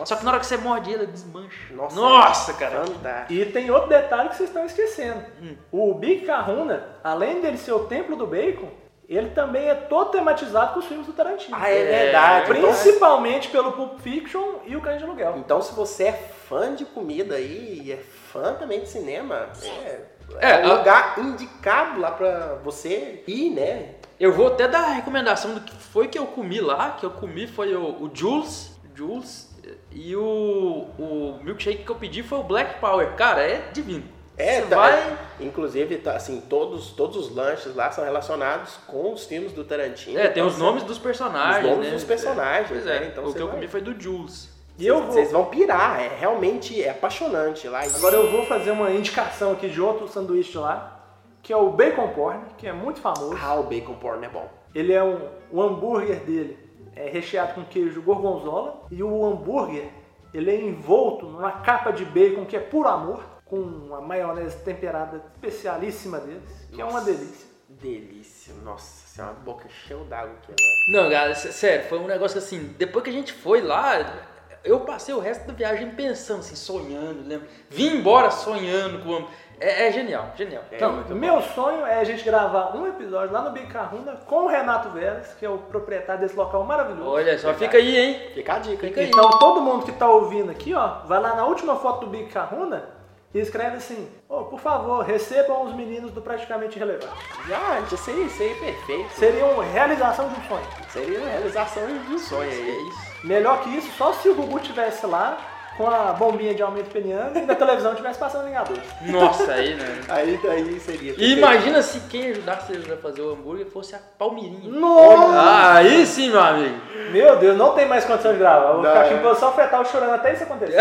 S2: É,
S4: Só que na hora que você morde ele, ele desmancha.
S2: Nossa.
S4: cara.
S2: Fantástico.
S3: E tem outro detalhe que vocês estão esquecendo.
S4: Hum.
S3: O Big Kahuna, além dele ser o templo do bacon, ele também é todo tematizado com os filmes do Tarantino.
S2: Ah, é
S4: É,
S2: verdade. Então,
S3: Principalmente pelo Pulp Fiction e o Cães de Aluguel.
S2: Então, se você é fã de comida aí e é fã também de cinema, é,
S4: É,
S2: é um
S4: a-
S2: lugar indicado lá pra você ir, né?
S4: Eu vou até dar a recomendação do que foi que eu comi lá, que eu comi foi o, o Jules, Jules e o, o milkshake que eu pedi foi o Black Power. Cara, é divino.
S2: É,
S4: Você
S2: tá-
S4: vai...
S2: Inclusive, tá, assim, todos, todos os lanches lá são relacionados com os filmes do Tarantino.
S4: É, tem
S2: Então,
S4: os nomes dos personagens,
S2: Os nomes
S4: né?
S2: dos personagens,
S4: Pois
S2: né?
S4: é,
S2: Então
S4: o
S2: você
S4: que eu
S2: vai-
S4: comi foi do Jules.
S3: E eu vou.
S2: Vocês vão pirar, é realmente é apaixonante lá.
S3: Agora eu vou fazer uma indicação aqui de outro sanduíche lá, que é o Bacon Porn, que é muito famoso.
S2: Ah, o bacon porn é bom.
S3: Ele é um. O hambúrguer dele é recheado com queijo gorgonzola e o hambúrguer ele é envolto numa capa de bacon que é puro amor, com uma maionese temperada especialíssima deles, que é uma
S2: Nossa.
S3: delícia.
S2: Delícia, nossa senhora, boca é cheia d'água aqui agora.
S4: Não, galera, sé- sério, foi um negócio assim, depois que a gente foi lá, eu passei o resto da viagem pensando, assim, sonhando, lembra? Vim embora sonhando com o hambúrguer. é, é genial, genial.
S2: É
S3: Então,
S2: muito
S3: meu sonho é a gente gravar um episódio lá no Bicarruna com o Renato Veras, que é o proprietário desse local maravilhoso.
S4: Olha só,
S2: Verdade.
S4: fica aí, hein?
S2: Fica a dica, hein?
S4: Fica aí.
S3: Então todo mundo que tá ouvindo aqui, ó, vai lá na última foto do Big Carruna e escreve assim, ô, por favor, recebam os meninos do Praticamente Relevante.
S2: Ah, isso aí, isso aí é perfeito.
S3: Seria uma realização de um sonho.
S2: Seria a realização de um sonho
S4: É
S2: aí.
S4: isso.
S3: Melhor que isso, só se o Gugu tivesse lá com a bombinha de aumento peniano e na televisão tivesse passando Vingadores.
S4: Nossa, aí, né?
S2: Aí, então, aí seria.
S4: E imagina se quem ajudasse eles a fazer o hambúrguer fosse a Palmirinha.
S3: Nossa!
S4: Ah, aí sim, meu amigo.
S3: Meu Deus, não tem mais condição de gravar. Eu vou
S2: Não,
S3: ficar aqui
S2: é.
S3: em posição fetal chorando até isso acontecer.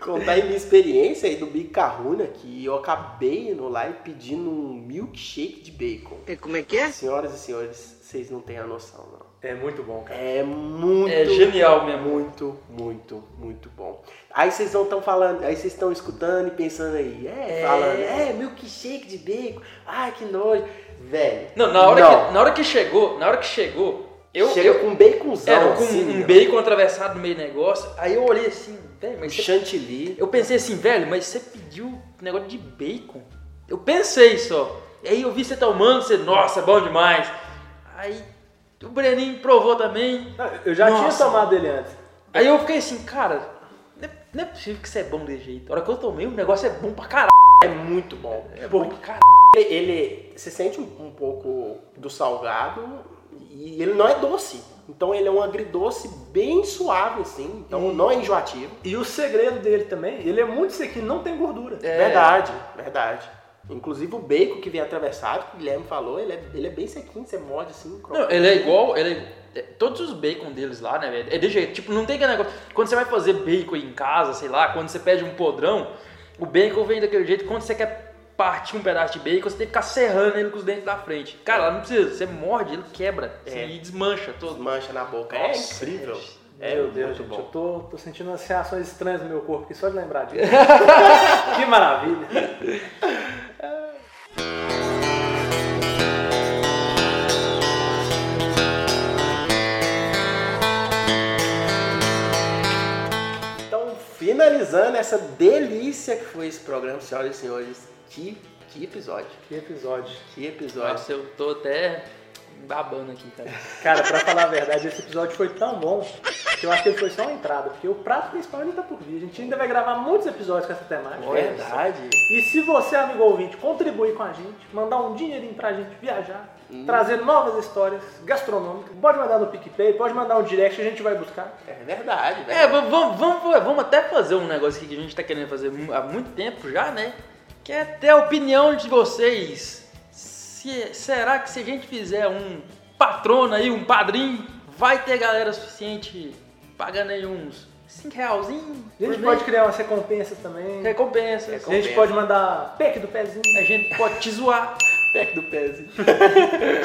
S2: Contar aí minha experiência aí do Big Kahuna, que eu acabei indo lá e pedindo um milkshake de bacon.
S7: E Como é que é?
S2: Senhoras e senhores, vocês não têm a noção, não.
S3: É muito bom, cara.
S2: É muito.
S4: É genial mesmo.
S2: Muito, muito, muito bom. Aí vocês não estão falando, aí vocês estão escutando e pensando aí, é, falando, é, milkshake de bacon, ai que nojo. Velho.
S4: Não, na hora, Que, na hora que chegou, na hora que chegou, eu,
S2: Chega
S4: eu
S2: com um baconzão,
S4: era com
S2: assim,
S4: um
S2: ó.
S4: bacon atravessado no meio do negócio, aí eu olhei assim, velho,
S2: Um
S4: mas você,
S2: chantilly.
S4: eu pensei assim, velho, mas você pediu um negócio de bacon? Eu pensei só. E aí eu vi você tomando, você, nossa, bom demais. Aí o Breninho provou também.
S3: Eu já
S4: Nossa.
S3: tinha tomado ele antes.
S4: Aí eu fiquei assim, cara, não é, não é possível que isso é bom desse jeito. A hora que eu tomei, o negócio é bom pra caralho.
S2: É muito bom.
S4: É bom pra caralho.
S2: Ele, ele se sente um, um pouco do salgado e ele não é doce. Então ele é um agridoce bem suave, assim.
S4: Hum.
S2: Então não é enjoativo.
S3: E o segredo dele também, ele é muito sequinho, não tem gordura.
S4: É.
S2: Verdade, verdade. Inclusive o bacon que vem atravessado, que o Guilherme falou, ele é, ele é bem sequinho, você morde assim.
S4: Não, ele é igual. Ele é- é- todos os bacon deles lá, né, velho? É de jeito. Tipo, não tem aquele negócio. Quando você vai fazer bacon em casa, sei lá, quando você pede um podrão, o bacon vem daquele jeito. Quando você quer partir um pedaço de bacon, você tem que ficar serrando ele com os dentes da frente. Cara, lá não precisa. Você morde, ele quebra
S2: É.
S4: e desmancha todo.
S2: Mancha na boca. É
S4: Nossa,
S2: incrível. É,
S3: Meu Deus,
S2: muito
S3: gente,
S2: bom.
S3: eu tô, tô sentindo umas reações estranhas no meu corpo, aqui só de lembrar disso. que maravilha.
S2: Então, finalizando essa delícia que foi esse programa, senhoras e senhores, que, que episódio.
S3: Que episódio.
S2: Que episódio.
S4: Nossa, eu tô até babando aqui, cara.
S3: Cara, pra falar a verdade, esse episódio foi tão bom que eu acho que ele foi só uma entrada, porque o prato principal ainda tá por vir. A gente ainda vai gravar muitos episódios com essa temática.
S2: Verdade.
S3: E se você, amigo ouvinte, contribuir com a gente, mandar um dinheirinho pra gente viajar, trazer novas histórias gastronômicas, pode mandar no PicPay, pode mandar um direct, a gente vai buscar.
S2: É verdade, velho.
S4: É, vamos, vamos, vamos, vamos até fazer um negócio aqui que a gente tá querendo fazer mu- há muito tempo já, né? Que é ter a opinião de vocês. Se- será que se a gente fizer um patrono aí, um padrinho, vai ter galera suficiente pagando aí uns 5 realzinhos?
S3: A gente
S4: por
S3: pode
S4: mês?
S3: criar umas recompensas também.
S4: Recompensas.
S3: A gente pode mandar pack do pezinho.
S4: A gente pode te zoar.
S2: Tec do pezinho.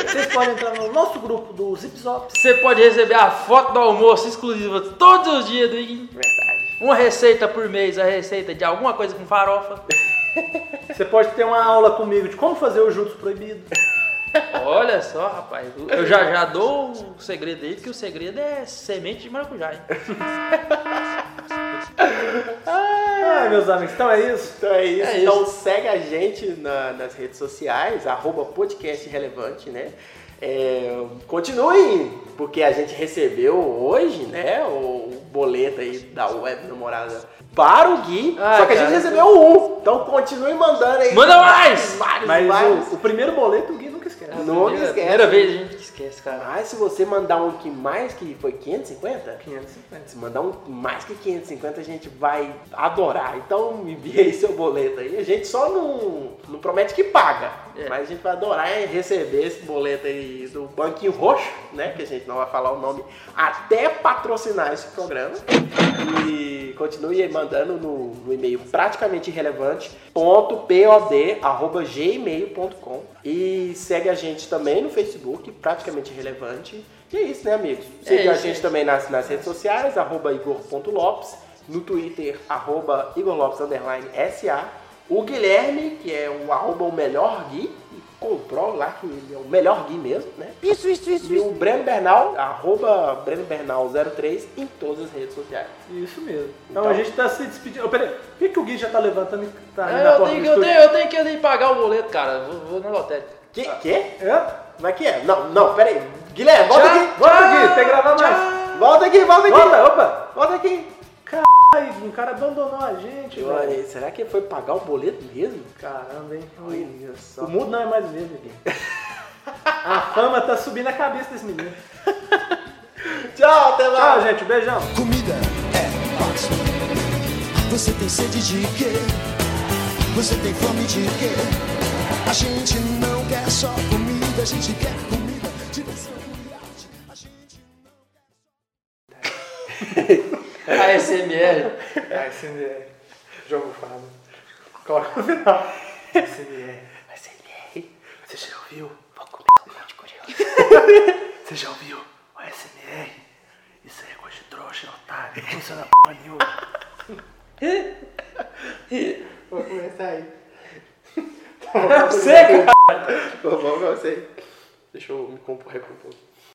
S3: Vocês podem entrar no nosso grupo do Zipzop.
S4: Você pode receber a foto do almoço exclusiva todos os dias do Iguinho.
S2: Verdade.
S4: Uma receita por mês, a receita de alguma coisa com farofa.
S3: Você pode ter uma aula comigo de como fazer o Jutsu proibido.
S4: Olha só, rapaz. Eu já, já dou o segredo aí, porque o segredo é semente de maracujá, hein?
S3: Ai, meus amigos, então é isso.
S2: Então é isso.
S4: É
S2: então segue a gente na- nas redes sociais, arroba podcast relevante, né? É, continue, porque a gente recebeu hoje, né, o o boleto aí da web namorada para o Gui,
S4: Ah,
S2: só que a
S4: cara,
S2: gente recebeu um, então continue mandando aí.
S4: Manda mais! um.
S2: Vários,
S3: Mas
S2: vários.
S3: o, o primeiro boleto o Gui nunca esquece.
S2: Não
S4: primeira,
S2: esquece.
S4: Primeira vez a gente que esquece, cara.
S2: Mas se você mandar um que mais que foi 550,
S3: 550.
S2: se mandar um mais que 550 a gente vai adorar. Então envia aí seu boleto aí. A gente só não, não promete que paga.
S4: É.
S2: Mas a gente vai adorar receber esse boleto aí do Banquinho Roxo, né? Que a gente não vai falar o nome até patrocinar esse programa. E continue aí mandando no, no e-mail praticamente irrelevante, ponto pod, arroba gmail.com. E segue a gente também no Facebook, praticamente irrelevante. E é isso, né, amigos? Segue a
S4: isso,
S2: gente
S4: gente.
S2: também nas, nas redes sociais, arroba igor.lopes, no Twitter, arroba igorlopes, underline, SA. O Guilherme, que é o arroba o melhor gui, comprou lá que ele é o melhor gui mesmo, né? Isso, isso, isso. E o Breno Bernal, arroba Breno Bernal03, em todas as redes sociais.
S3: Isso mesmo. Então,
S2: Então.
S3: a gente tá se despedindo. Ô, peraí, por que, que o Gui já tá levantando e tá indo na
S4: É, Eu
S3: porta
S4: tenho,
S3: do
S4: que, eu,
S3: estúdio?
S4: tenho, eu, tenho que, eu tenho que pagar o boleto, cara. Vou, vou na lotérica.
S2: Que? Que?
S3: Hã?
S2: Como é que é? Não, não, peraí. Guilherme, volta
S3: Tchau,
S2: aqui.
S3: Volta, Gui, tem que gravar mais.
S2: Volta aqui, volta aqui.
S3: Volta, opa.
S2: Volta aqui.
S3: Ai, o cara abandonou a gente, velho.
S2: Olha, será que ele foi pagar o boleto mesmo?
S3: Caramba, hein?
S2: Olha
S3: O
S2: só.
S3: mundo não é mais o mesmo, Gui. A fama tá subindo a cabeça desse menino.
S2: Tchau, até lá.
S3: Tchau, gente. Beijão.
S5: Comida é ótimo. Você tem sede de quê? Você tem fome de quê? A gente não quer só comida, a gente quer comida, diversão e arte. A gente...
S4: ASMR.
S3: É, SMR. Jogo fado. Coloca no final. SMR. SMR. Você já ouviu? Vou começar um monte de curioso. Você já ouviu? O SMR. Isso aí é coisa de trouxa, otário. Não funciona porra nenhuma.
S2: Vou começar aí.
S3: Seca!
S2: Vamos, vamos, vamos aí. Deixa eu me compor, recompor.